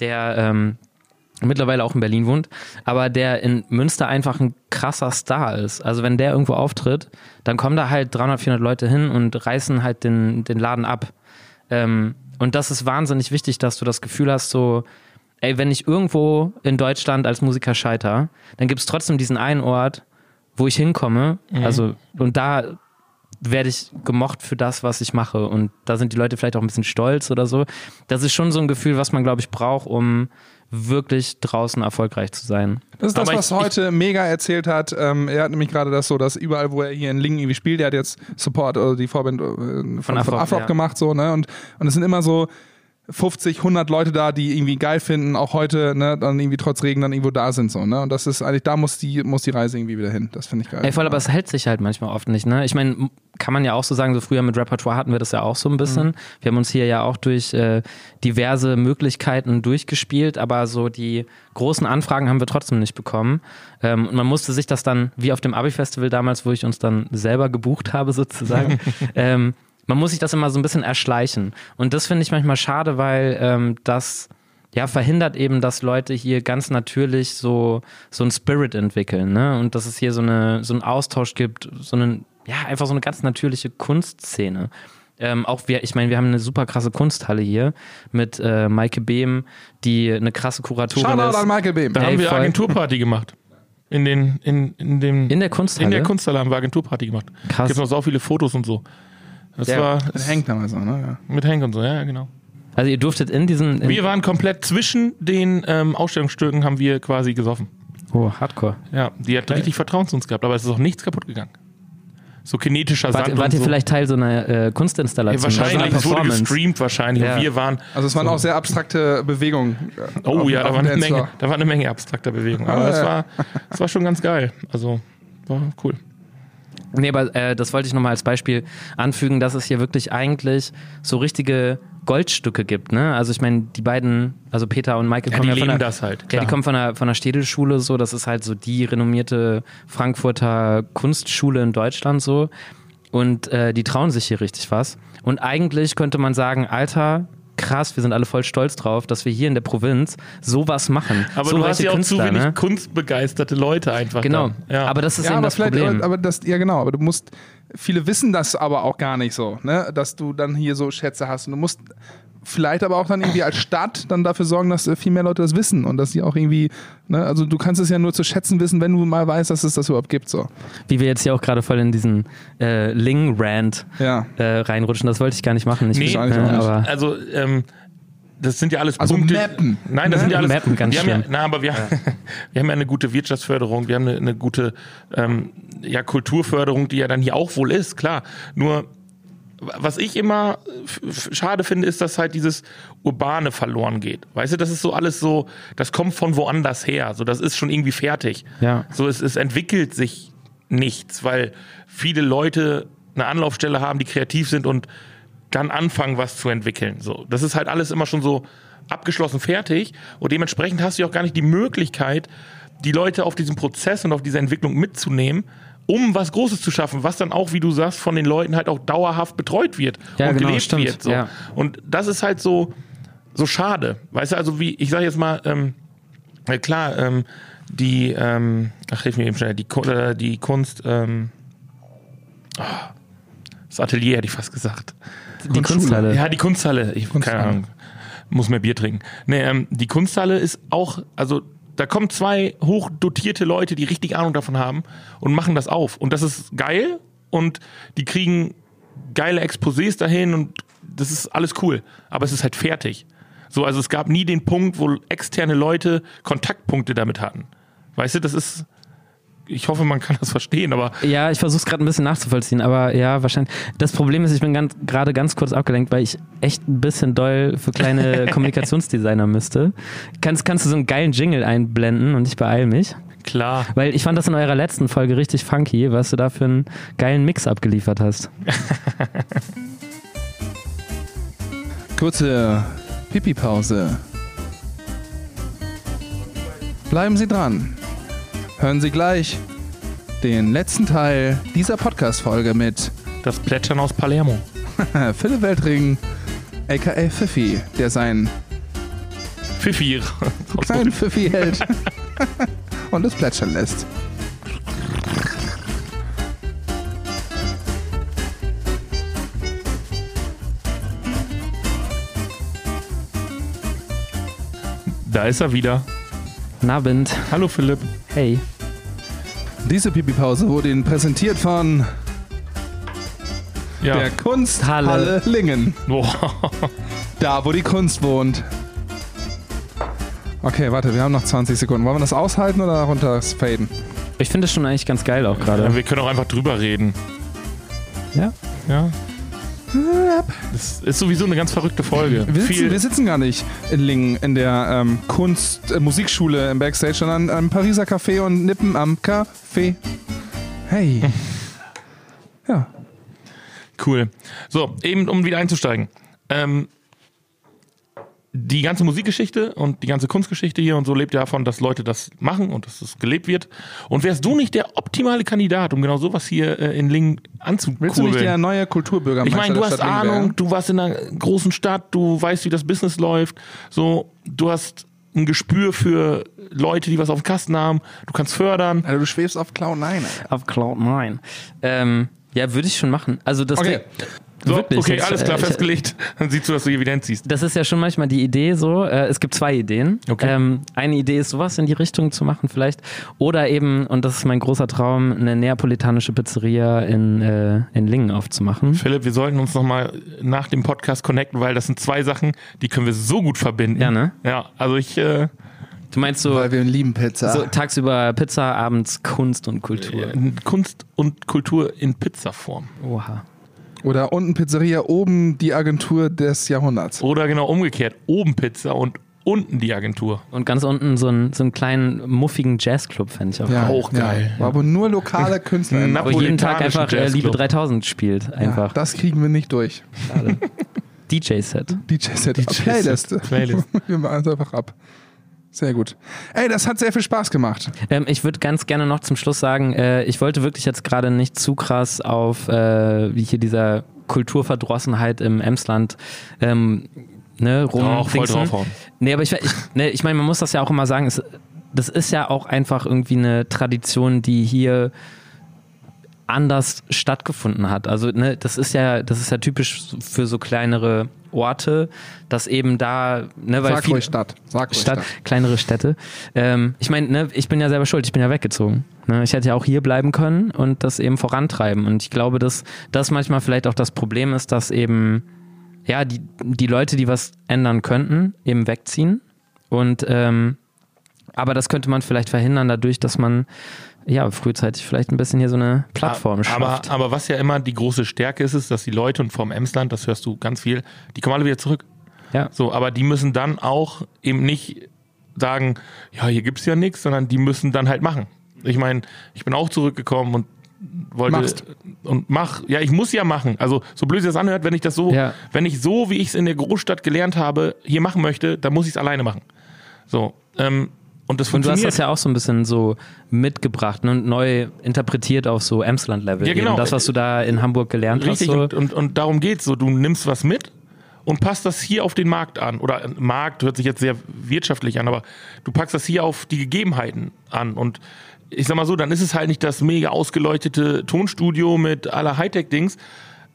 der ähm, mittlerweile auch in Berlin wohnt, aber der in Münster einfach ein krasser Star ist. Also wenn der irgendwo auftritt, dann kommen da halt 300, 400 Leute hin und reißen halt den, den Laden ab. Ähm, und das ist wahnsinnig wichtig, dass du das Gefühl hast, so, ey, wenn ich irgendwo in Deutschland als Musiker scheiter, dann gibt es trotzdem diesen einen Ort, wo ich hinkomme. Also, und da werde ich gemocht für das, was ich mache. Und da sind die Leute vielleicht auch ein bisschen stolz oder so. Das ist schon so ein Gefühl, was man, glaube ich, braucht, um wirklich draußen erfolgreich zu sein. Das ist das, Aber ich- was heute Mega erzählt hat. Ähm, er hat nämlich gerade das so, dass überall, wo er hier in Lingen irgendwie spielt, der hat jetzt Support, also die Vorband äh, von, von Afrop, Afrop, ja. gemacht, so, ne? Und, und es sind immer so 50, 100 Leute da, die irgendwie geil finden, auch heute, ne? Dann irgendwie trotz Regen dann irgendwo da sind, so, ne? Und das ist eigentlich, da muss die, muss die Reise irgendwie wieder hin. Das finde ich geil. Ey, voll, aber es hält sich halt manchmal oft nicht, ne? Ich meine, m- kann man ja auch so sagen, so früher mit Repertoire hatten wir das ja auch so ein bisschen. Wir haben uns hier ja auch durch äh, diverse Möglichkeiten durchgespielt, aber so die großen Anfragen haben wir trotzdem nicht bekommen. Ähm, und man musste sich das dann, wie auf dem Abi-Festival damals, wo ich uns dann selber gebucht habe sozusagen, ähm, man muss sich das immer so ein bisschen erschleichen. Und das finde ich manchmal schade, weil ähm, das ja, verhindert eben, dass Leute hier ganz natürlich so, so einen Spirit entwickeln, ne? Und dass es hier so, eine, so einen Austausch gibt, so einen, ja, einfach so eine ganz natürliche Kunstszene. Ähm, auch wir, ich meine, wir haben eine super krasse Kunsthalle hier mit äh, Maike Behm, die eine krasse Kuratorin Shoutout an ist. Michael Behm. Da Ey, haben wir voll. Agenturparty gemacht. In den, in, in dem, In der Kunsthalle. in der Kunsthalle haben wir Agenturparty gemacht. Krass. Gibt noch so viele Fotos und so. Das Der- war Das hängt damals so, ne? mit Henk und so, ja, ja, genau. Also ihr durftet in diesen. In, Wir waren komplett zwischen den ähm, Ausstellungsstücken, haben wir quasi gesoffen. oh, Hardcore. Ja, die hat richtig Vertrauen zu uns gehabt, aber es ist auch nichts kaputt gegangen. So kinetischer Wart, Sand wart und ihr so. vielleicht Teil so einer äh, ja, Kunstinstallation? oder so wahrscheinlich, einer es wurde Performance? gestreamt wahrscheinlich. Ja. Und wir waren, Also es waren auch sehr abstrakte Bewegungen. äh, oh auf- ja, da auf war, dem eine Menge, Dancefloor. da war eine Menge abstrakter Bewegung. Aber Ah, es ja. war, es war schon ganz geil. Also, war cool. Nee, aber äh, das wollte ich nochmal als Beispiel anfügen, dass es hier wirklich eigentlich so richtige Goldstücke gibt. Ne? Also ich meine, die beiden, also Peter und Michael Ja, kommen die ja von leben der, das halt, Ja, klar. die kommen von der, von der Städelschule, so, das ist halt so die renommierte Frankfurter Kunstschule in Deutschland so. Und äh, die trauen sich hier richtig was. Und eigentlich könnte man sagen, Alter, krass, wir sind alle voll stolz drauf, dass wir hier in der Provinz sowas machen. Aber so du hast welche ja auch Künstler, zu wenig ne? kunstbegeisterte Leute einfach. Genau. Da. Ja. Aber das ist Ja, eben aber das vielleicht, Problem. aber, aber das, ja genau, aber du musst, viele wissen das aber auch gar nicht so, ne? dass du dann hier so Schätze hast und du musst vielleicht aber auch dann irgendwie als Stadt dann dafür sorgen, dass äh, viel mehr Leute das wissen und dass sie auch irgendwie, ne, also du kannst es ja nur zu schätzen wissen, wenn du mal weißt, dass es das überhaupt gibt. So. Wie wir jetzt hier auch gerade voll in diesen äh, Ling-Rant Ja. äh, reinrutschen. Das wollte ich gar nicht machen. Ich Nee, ja, eigentlich auch nicht. aber Also, ähm, das sind ja alles Also Punkte. mappen. Nein, Ne? das sind ja alles. Mappen, ganz wir haben ja, schlimm. na, aber wir, wir haben ja eine gute Wirtschaftsförderung, wir haben eine, eine gute ähm, ja, Kulturförderung, die ja dann hier auch wohl ist, klar. Nur, was ich immer f- f- schade finde, ist, dass halt dieses Urbane verloren geht. Weißt du, das ist so alles so, das kommt von woanders her. So, das ist schon irgendwie fertig. Ja. So, es, es entwickelt sich nichts, weil viele Leute eine Anlaufstelle haben, die kreativ sind und dann anfangen, was zu entwickeln. So, das ist halt alles immer schon so abgeschlossen fertig und dementsprechend hast du ja auch gar nicht die Möglichkeit, die Leute auf diesen Prozess und auf diese Entwicklung mitzunehmen, um was Großes zu schaffen, was dann auch, wie du sagst, von den Leuten halt auch dauerhaft betreut wird Ja, und genau, gelebt stimmt, wird. So. ja. Und das ist halt so, so schade. Weißt du, also wie, ich sage jetzt mal, ähm, na klar, ähm, die, ähm, ach, hilf mir eben schnell, die, Ku- äh, die Kunst, ähm, ah, das Atelier hätte ich fast gesagt. die Kunsthalle. Ja, die Kunsthalle. Ich, Kunsthalle. Keine Ahnung. Muss mehr Bier trinken. Nee, ähm, die Kunsthalle ist auch, also da kommen zwei hochdotierte Leute, die richtig Ahnung davon haben und machen das auf. Und das ist geil und die kriegen geile Exposés dahin und das ist alles cool. Aber es ist halt fertig. So, also es gab nie den Punkt, wo externe Leute Kontaktpunkte damit hatten. Weißt du, das ist, ich hoffe, man kann das verstehen, aber Ja, ich versuche es gerade ein bisschen nachzuvollziehen, aber ja, wahrscheinlich. Das Problem ist, ich bin ganz- gerade ganz kurz abgelenkt, weil ich echt ein bisschen doll für kleine Kommunikationsdesigner müsste. Kannst, kannst du so einen geilen Jingle einblenden und ich beeil mich? klar. Weil ich fand das in eurer letzten Folge richtig funky, was du da für einen geilen Mix abgeliefert hast. Kurze Pipi-Pause. Bleiben Sie dran. Hören Sie gleich den letzten Teil dieser Podcast-Folge mit äh, Das Plätschern aus Palermo. Philipp Weltring, a.k.a. Pfiffi, der seinen Pfiffi. kleinen Pfiffi hält und es plätschern lässt. Da ist er wieder. Nabend. Hallo Philipp. Hey. Diese Pipi-Pause wurde Ihnen präsentiert von Ja. der Kunsthalle Halle. Lingen. Boah. Da, wo die Kunst wohnt. Okay, warte, wir haben noch 20 Sekunden. Wollen wir das aushalten oder runterfaden? Ich finde es schon eigentlich ganz geil auch gerade. Wir können auch einfach drüber reden. Ja. Ja. Das ist sowieso eine ganz verrückte Folge. Wir sitzen, Viel- wir sitzen gar nicht in Lingen in der ähm, Kunst, äh, Musikschule im Backstage, sondern am Pariser Café und nippen am Café. Hey. ja. Cool. So, eben um wieder einzusteigen. Ähm, die ganze Musikgeschichte und die ganze Kunstgeschichte hier und so lebt ja davon, dass Leute das machen und dass es gelebt wird. Und wärst du nicht der optimale Kandidat, um genau sowas hier äh, in Lingen anzukurbeln? Willst du nicht der neue Ich Kulturbürgermeister meine, du der hast Stadt Lingen Ahnung, werden? du warst in einer großen Stadt, du weißt, wie das Business läuft. So, du hast ein Gespür für Leute, die was auf dem Kasten haben. Du kannst fördern. Alter, Also, du schwebst auf Cloud 9. Alter. Auf Cloud 9. Ähm, ja, würde ich schon machen. Also das Okay. So, Wirklich, okay, jetzt, alles klar, äh, ich- festgelegt. Dann siehst du, dass du hier wieder hinziehst. das ist ja schon manchmal die Idee so. Äh, es gibt zwei Ideen. Okay. Ähm, eine Idee ist, sowas in die Richtung zu machen vielleicht. Oder eben, und das ist mein großer Traum, eine neapolitanische Pizzeria in, äh, in Lingen aufzumachen. Philipp, wir sollten uns nochmal nach dem Podcast connecten, weil das sind zwei Sachen, die können wir so gut verbinden. Ja, ne? Ja, also ich, äh, Du meinst so, Weil wir lieben Pizza. so tagsüber Pizza, abends Kunst und Kultur. Kunst und Kultur in Pizzaform. Oha. Oder unten Pizzeria, oben die Agentur des Jahrhunderts. Oder genau umgekehrt, oben Pizza und unten die Agentur. Und ganz unten so einen, so einen kleinen, muffigen Jazzclub fände ich auch. geil. auch geil. Ja. Aber nur lokale Künstler. Na, Wo jeden Tag Proletarischen einfach äh, Liebe Jazzclub. 3000 spielt. Einfach. Das kriegen wir nicht durch. DJ-Set. DJ-Set. Playlist. Playlist. wir machen es einfach ab. Sehr gut. Ey, das hat sehr viel Spaß gemacht. Ähm, ich würde ganz gerne noch zum Schluss sagen, äh, ich wollte wirklich jetzt gerade nicht zu krass auf äh, wie hier dieser Kulturverdrossenheit im Emsland ähm, ne, rum. Doch, voll dingsen. draufhauen. Nee, aber ich, ich, ne, ich meine, man muss das ja auch immer sagen, es, das ist ja auch einfach irgendwie eine Tradition, die hier anders stattgefunden hat. Also ne, das ist ja, das ist ja typisch für so kleinere Orte, dass eben da, ne, weil Sag viele- ruhig Stadt. Sag ruhig Stadt, kleinere Städte. Ähm, ich meine, ne, ich bin ja selber schuld, ich bin ja weggezogen. Ne? Ich hätte ja auch hier bleiben können und das eben vorantreiben. Und ich glaube, dass das manchmal vielleicht auch das Problem ist, dass eben ja die, die Leute, die was ändern könnten, eben wegziehen. Und ähm, aber das könnte man vielleicht verhindern, dadurch, dass man ja frühzeitig vielleicht ein bisschen hier so eine Plattform aber, schafft. aber was ja immer die große Stärke ist, ist, dass die Leute und vom Emsland, das hörst du ganz viel, die kommen alle wieder zurück. Ja. So, aber die müssen dann auch eben nicht sagen, ja, hier gibt's ja nichts, sondern die müssen dann halt machen. Ich meine, ich bin auch zurückgekommen und wollte Machst. und mach, ja, ich muss ja machen. Also, so blöd sich das anhört, wenn ich das so, Ja. wenn ich so, wie ich es in der Großstadt gelernt habe, hier machen möchte, dann muss ich es alleine machen. So, ähm, und das Und du hast funktioniert. das ja auch so ein bisschen so mitgebracht ne, und neu interpretiert auf so Emsland-Level. Ja, genau. Eben Das, was du da in Hamburg gelernt Richtig, hast. So. und, und, und darum geht's so. Du nimmst was mit und passt das hier auf den Markt an. Oder äh, Markt hört sich jetzt sehr wirtschaftlich an, aber du packst das hier auf die Gegebenheiten an. Und ich sag mal so, dann ist es halt nicht das mega ausgeleuchtete Tonstudio mit aller Hightech-Dings.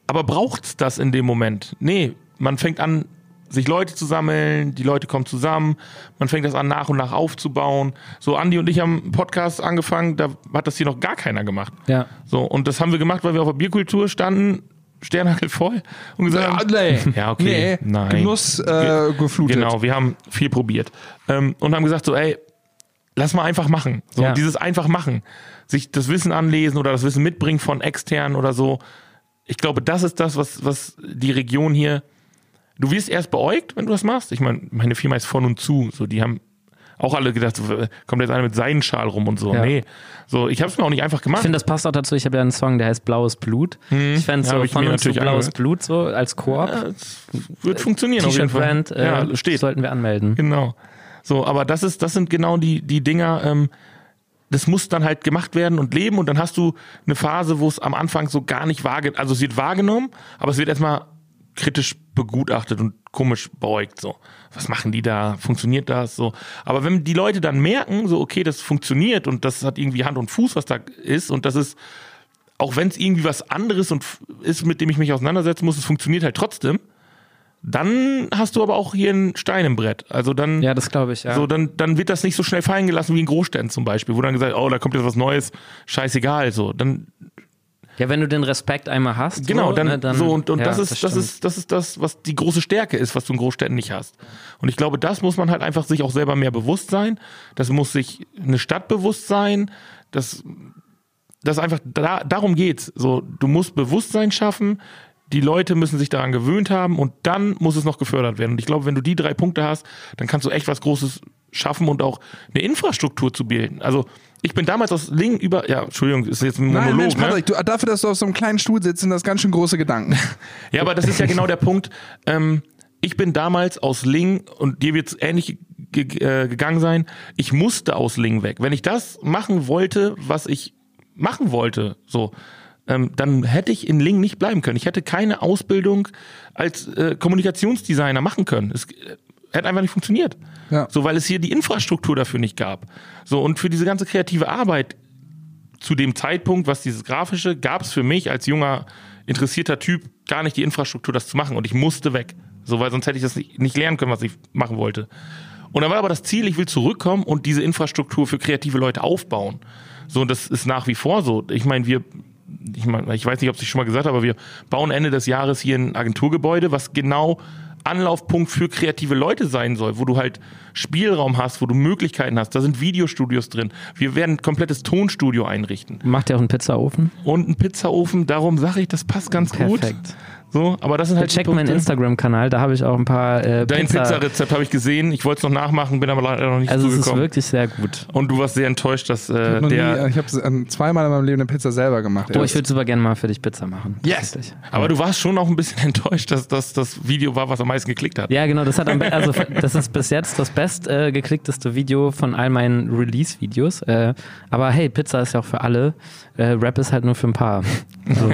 Aber braucht's das in dem Moment? Nee, man fängt an, sich Leute zu sammeln, die Leute kommen zusammen, man fängt das an, nach und nach aufzubauen. So, Andi und ich haben einen Podcast angefangen, da hat das hier noch gar keiner gemacht. Ja. So, und das haben wir gemacht, weil wir auf der Bierkultur standen, Sternhagel voll und gesagt Ja, haben, Äh, nee. Ja, okay. Nee, Nein. Genuss äh, Ge- geflutet. genau, wir haben viel probiert. Ähm, und haben gesagt so, ey, lass mal einfach machen. So, Ja. dieses einfach machen. Sich das Wissen anlesen oder das Wissen mitbringen von extern oder so. Ich glaube, das ist das, was, was die Region hier, du wirst erst beäugt, wenn du das machst. Ich meine, meine Firma ist von und zu, so, die haben auch alle gedacht, so, äh, kommt jetzt einer mit Seidenschal rum und so. Ja. Nee. So, ich habe es mir auch nicht einfach Ich gemacht. finde, das passt auch dazu. Ich habe ja einen Song, der heißt Blaues Blut. Ich fände Hm. ja, so hab ich von mir uns zu natürlich Blaues angehört. Blut so als Koop. Ja, es wird funktionieren auf jeden Fall. T-Shirt-Brand äh, ja, steht. sollten wir anmelden. Genau. So, aber das ist, das sind genau die, die Dinger, ähm, das muss dann halt gemacht werden und leben und dann hast du eine Phase, wo es am Anfang so gar nicht wahrgenommen, also es wird wahrgenommen, aber es wird erstmal kritisch begutachtet und komisch beäugt, so. Was machen die da? Funktioniert das? So. Aber wenn die Leute dann merken, so, okay, das funktioniert und das hat irgendwie Hand und Fuß, was da ist und das ist, auch wenn es irgendwie was anderes und f- ist, mit dem ich mich auseinandersetzen muss, es funktioniert halt trotzdem, dann hast du aber auch hier einen Stein im Brett. Also dann, Ja, das glaube ich, ja. so, dann, dann wird das nicht so schnell fallen gelassen wie in Großstädten zum Beispiel, wo dann gesagt, oh, da kommt jetzt was Neues, scheißegal, so. Dann, ja, wenn du den Respekt einmal hast. genau, so, dann, ne, so, und, und ja, das, ist, das, stimmt. ist, das ist das, was die große Stärke ist, was du in Großstädten nicht hast. Und ich glaube, das muss man halt einfach sich auch selber mehr bewusst sein. Das muss sich eine Stadt bewusst sein. Das, das einfach, da, darum geht's. So, du musst Bewusstsein schaffen. Die Leute müssen sich daran gewöhnt haben und dann muss es noch gefördert werden. Und ich glaube, wenn du die drei Punkte hast, dann kannst du echt was Großes schaffen und auch eine Infrastruktur zu bilden. Also ich bin damals aus Lingen über, ja, Entschuldigung, ist jetzt ein Monolog. Nein, Mensch, ne? Patrick, du, dafür, dass du auf so einem kleinen Stuhl sitzt, sind das ganz schön große Gedanken. Ja, aber das ist ja genau der Punkt. Ähm, ich bin damals aus Ling und dir wird's ähnlich ge äh, gegangen sein. Ich musste aus Ling weg. Wenn ich das machen wollte, was ich machen wollte, so, ähm, dann hätte ich in Ling nicht bleiben können. Ich hätte keine Ausbildung als äh, Kommunikationsdesigner machen können. Es äh, hätte einfach nicht funktioniert. Ja. So, weil es hier die Infrastruktur dafür nicht gab. So, und für diese ganze kreative Arbeit zu dem Zeitpunkt, was dieses Grafische, gab es für mich als junger, interessierter Typ gar nicht die Infrastruktur, das zu machen. Und ich musste weg. So, weil sonst hätte ich das nicht, nicht lernen können, was ich machen wollte. Und dann war aber das Ziel, ich will zurückkommen und diese Infrastruktur für kreative Leute aufbauen. So, und das ist nach wie vor so. Ich meine, wir, ich meine, ich weiß nicht, ob ich schon mal gesagt habe, aber wir bauen Ende des Jahres hier ein Agenturgebäude, was genau Anlaufpunkt für kreative Leute sein soll, wo du halt Spielraum hast, wo du Möglichkeiten hast. Da sind Videostudios drin. Wir werden ein komplettes Tonstudio einrichten Macht ihr auch einen Pizzaofen? und einen Pizzaofen. Darum sage ich, das passt ganz gut. Perfekt. So, aber das sind halt die Check meinen Punkte. Instagram-Kanal, da habe ich auch ein paar äh, Dein Pizza. Pizzarezept habe ich gesehen. Ich wollte es noch nachmachen, bin aber leider noch nicht also es ist zugekommen. wirklich sehr gut. Und du warst sehr enttäuscht, dass äh, Noch nie, der äh, ich habe ähm, zweimal in meinem Leben eine Pizza selber gemacht. Oh, ich würde super gerne mal für dich Pizza machen. Yes! Tatsächlich. Aber du warst schon auch ein bisschen enttäuscht, dass das das Video war, was am meisten geklickt hat. Ja, genau, das hat am be- also das ist bis jetzt das best äh, geklickteste Video von all meinen Release Videos, äh, aber hey, Pizza ist ja auch für alle, äh, Rap ist halt nur für ein paar. So.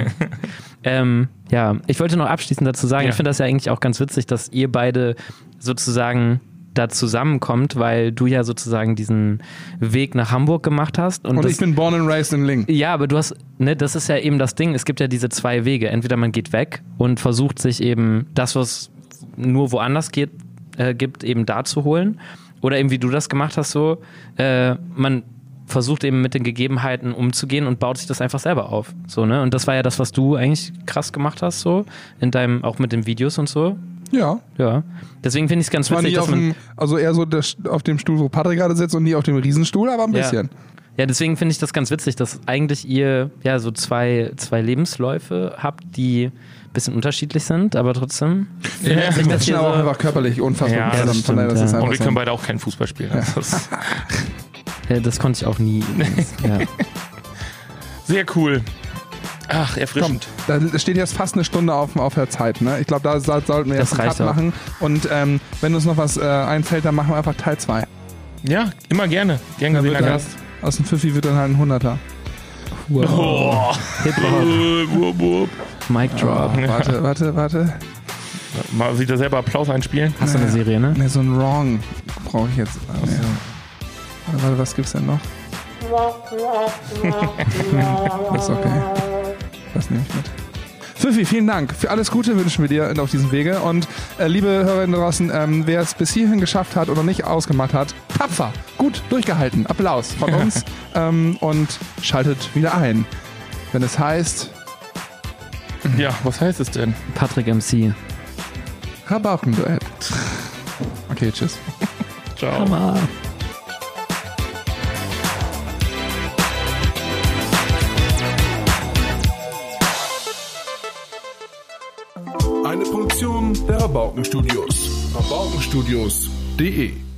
ähm, ja, ich wollte noch abschließend dazu sagen, Ja. ich finde das ja eigentlich auch ganz witzig, dass ihr beide sozusagen da zusammenkommt, weil du ja sozusagen diesen Weg nach Hamburg gemacht hast. Und, Und das, ich bin born and raised in Ling. ja, aber du hast, ne, das ist ja eben das Ding. Es gibt ja diese zwei Wege. Entweder man geht weg und versucht sich eben das, was nur woanders geht, äh, gibt, eben da zu holen. Oder eben wie du das gemacht hast, so, äh, man versucht eben mit den Gegebenheiten umzugehen und baut sich das einfach selber auf. So, ne? Und das war ja das, was du eigentlich krass gemacht hast, so, in deinem, auch mit den Videos und so. Ja. Ja. Deswegen finde ich es ganz War witzig, nie dass auf man. dem, also eher so der, auf dem Stuhl, wo Patrick gerade sitzt und nie auf dem Riesenstuhl, aber ein bisschen. Ja, deswegen finde ich das ganz witzig, dass eigentlich ihr ja so zwei, zwei Lebensläufe habt, die ein bisschen unterschiedlich sind, aber trotzdem. Ja. Ich das Ich bin hier aber auch so, einfach körperlich unfassbar Ja, das gefordert. stimmt, daher, ja. ist einfach Und wir so. können beide auch keinen Fußball spielen. Also Das ist ja, äh, das konnte ich auch nie. übrigens. Ja. sehr cool. Ach, erfrischend. Da steht jetzt fast eine Stunde auf, auf der Zeit. Ne? Ich glaube, da, da sollten wir Das jetzt einen reicht Cut auch. machen. Und ähm, wenn uns noch was äh, einfällt, dann machen wir einfach Teil 2. Ja, immer gerne. Gern Dann wird gesehener dann, Gast. aus dem Pfiffi wird dann halt ein Hunderter. Boah. Hip-Hop, Äh, wupp, wupp. Mic Drop. Oh, Warte, warte, warte. Mal wieder selber Applaus einspielen. Hast du eine Serie, ne? Ne, so ein Wrong brauche ich jetzt. Ah, nee. Warte, warte, was gibt's denn noch? das ist okay. Das nehme ich mit. Pfiffi, vielen Dank. Für alles Gute wünschen wir dir auf diesem Wege. Und äh, liebe Hörerinnen draußen, ähm, wer es bis hierhin geschafft hat oder nicht ausgemacht hat, tapfer, gut durchgehalten. Applaus von uns ähm, und schaltet wieder ein. Wenn es heißt Ja, was heißt es denn? Patrick MC. Rabaukenduett. Okay, tschüss. Ciao. Eine Produktion der Rabauken Studios. Rabaukenstudios.de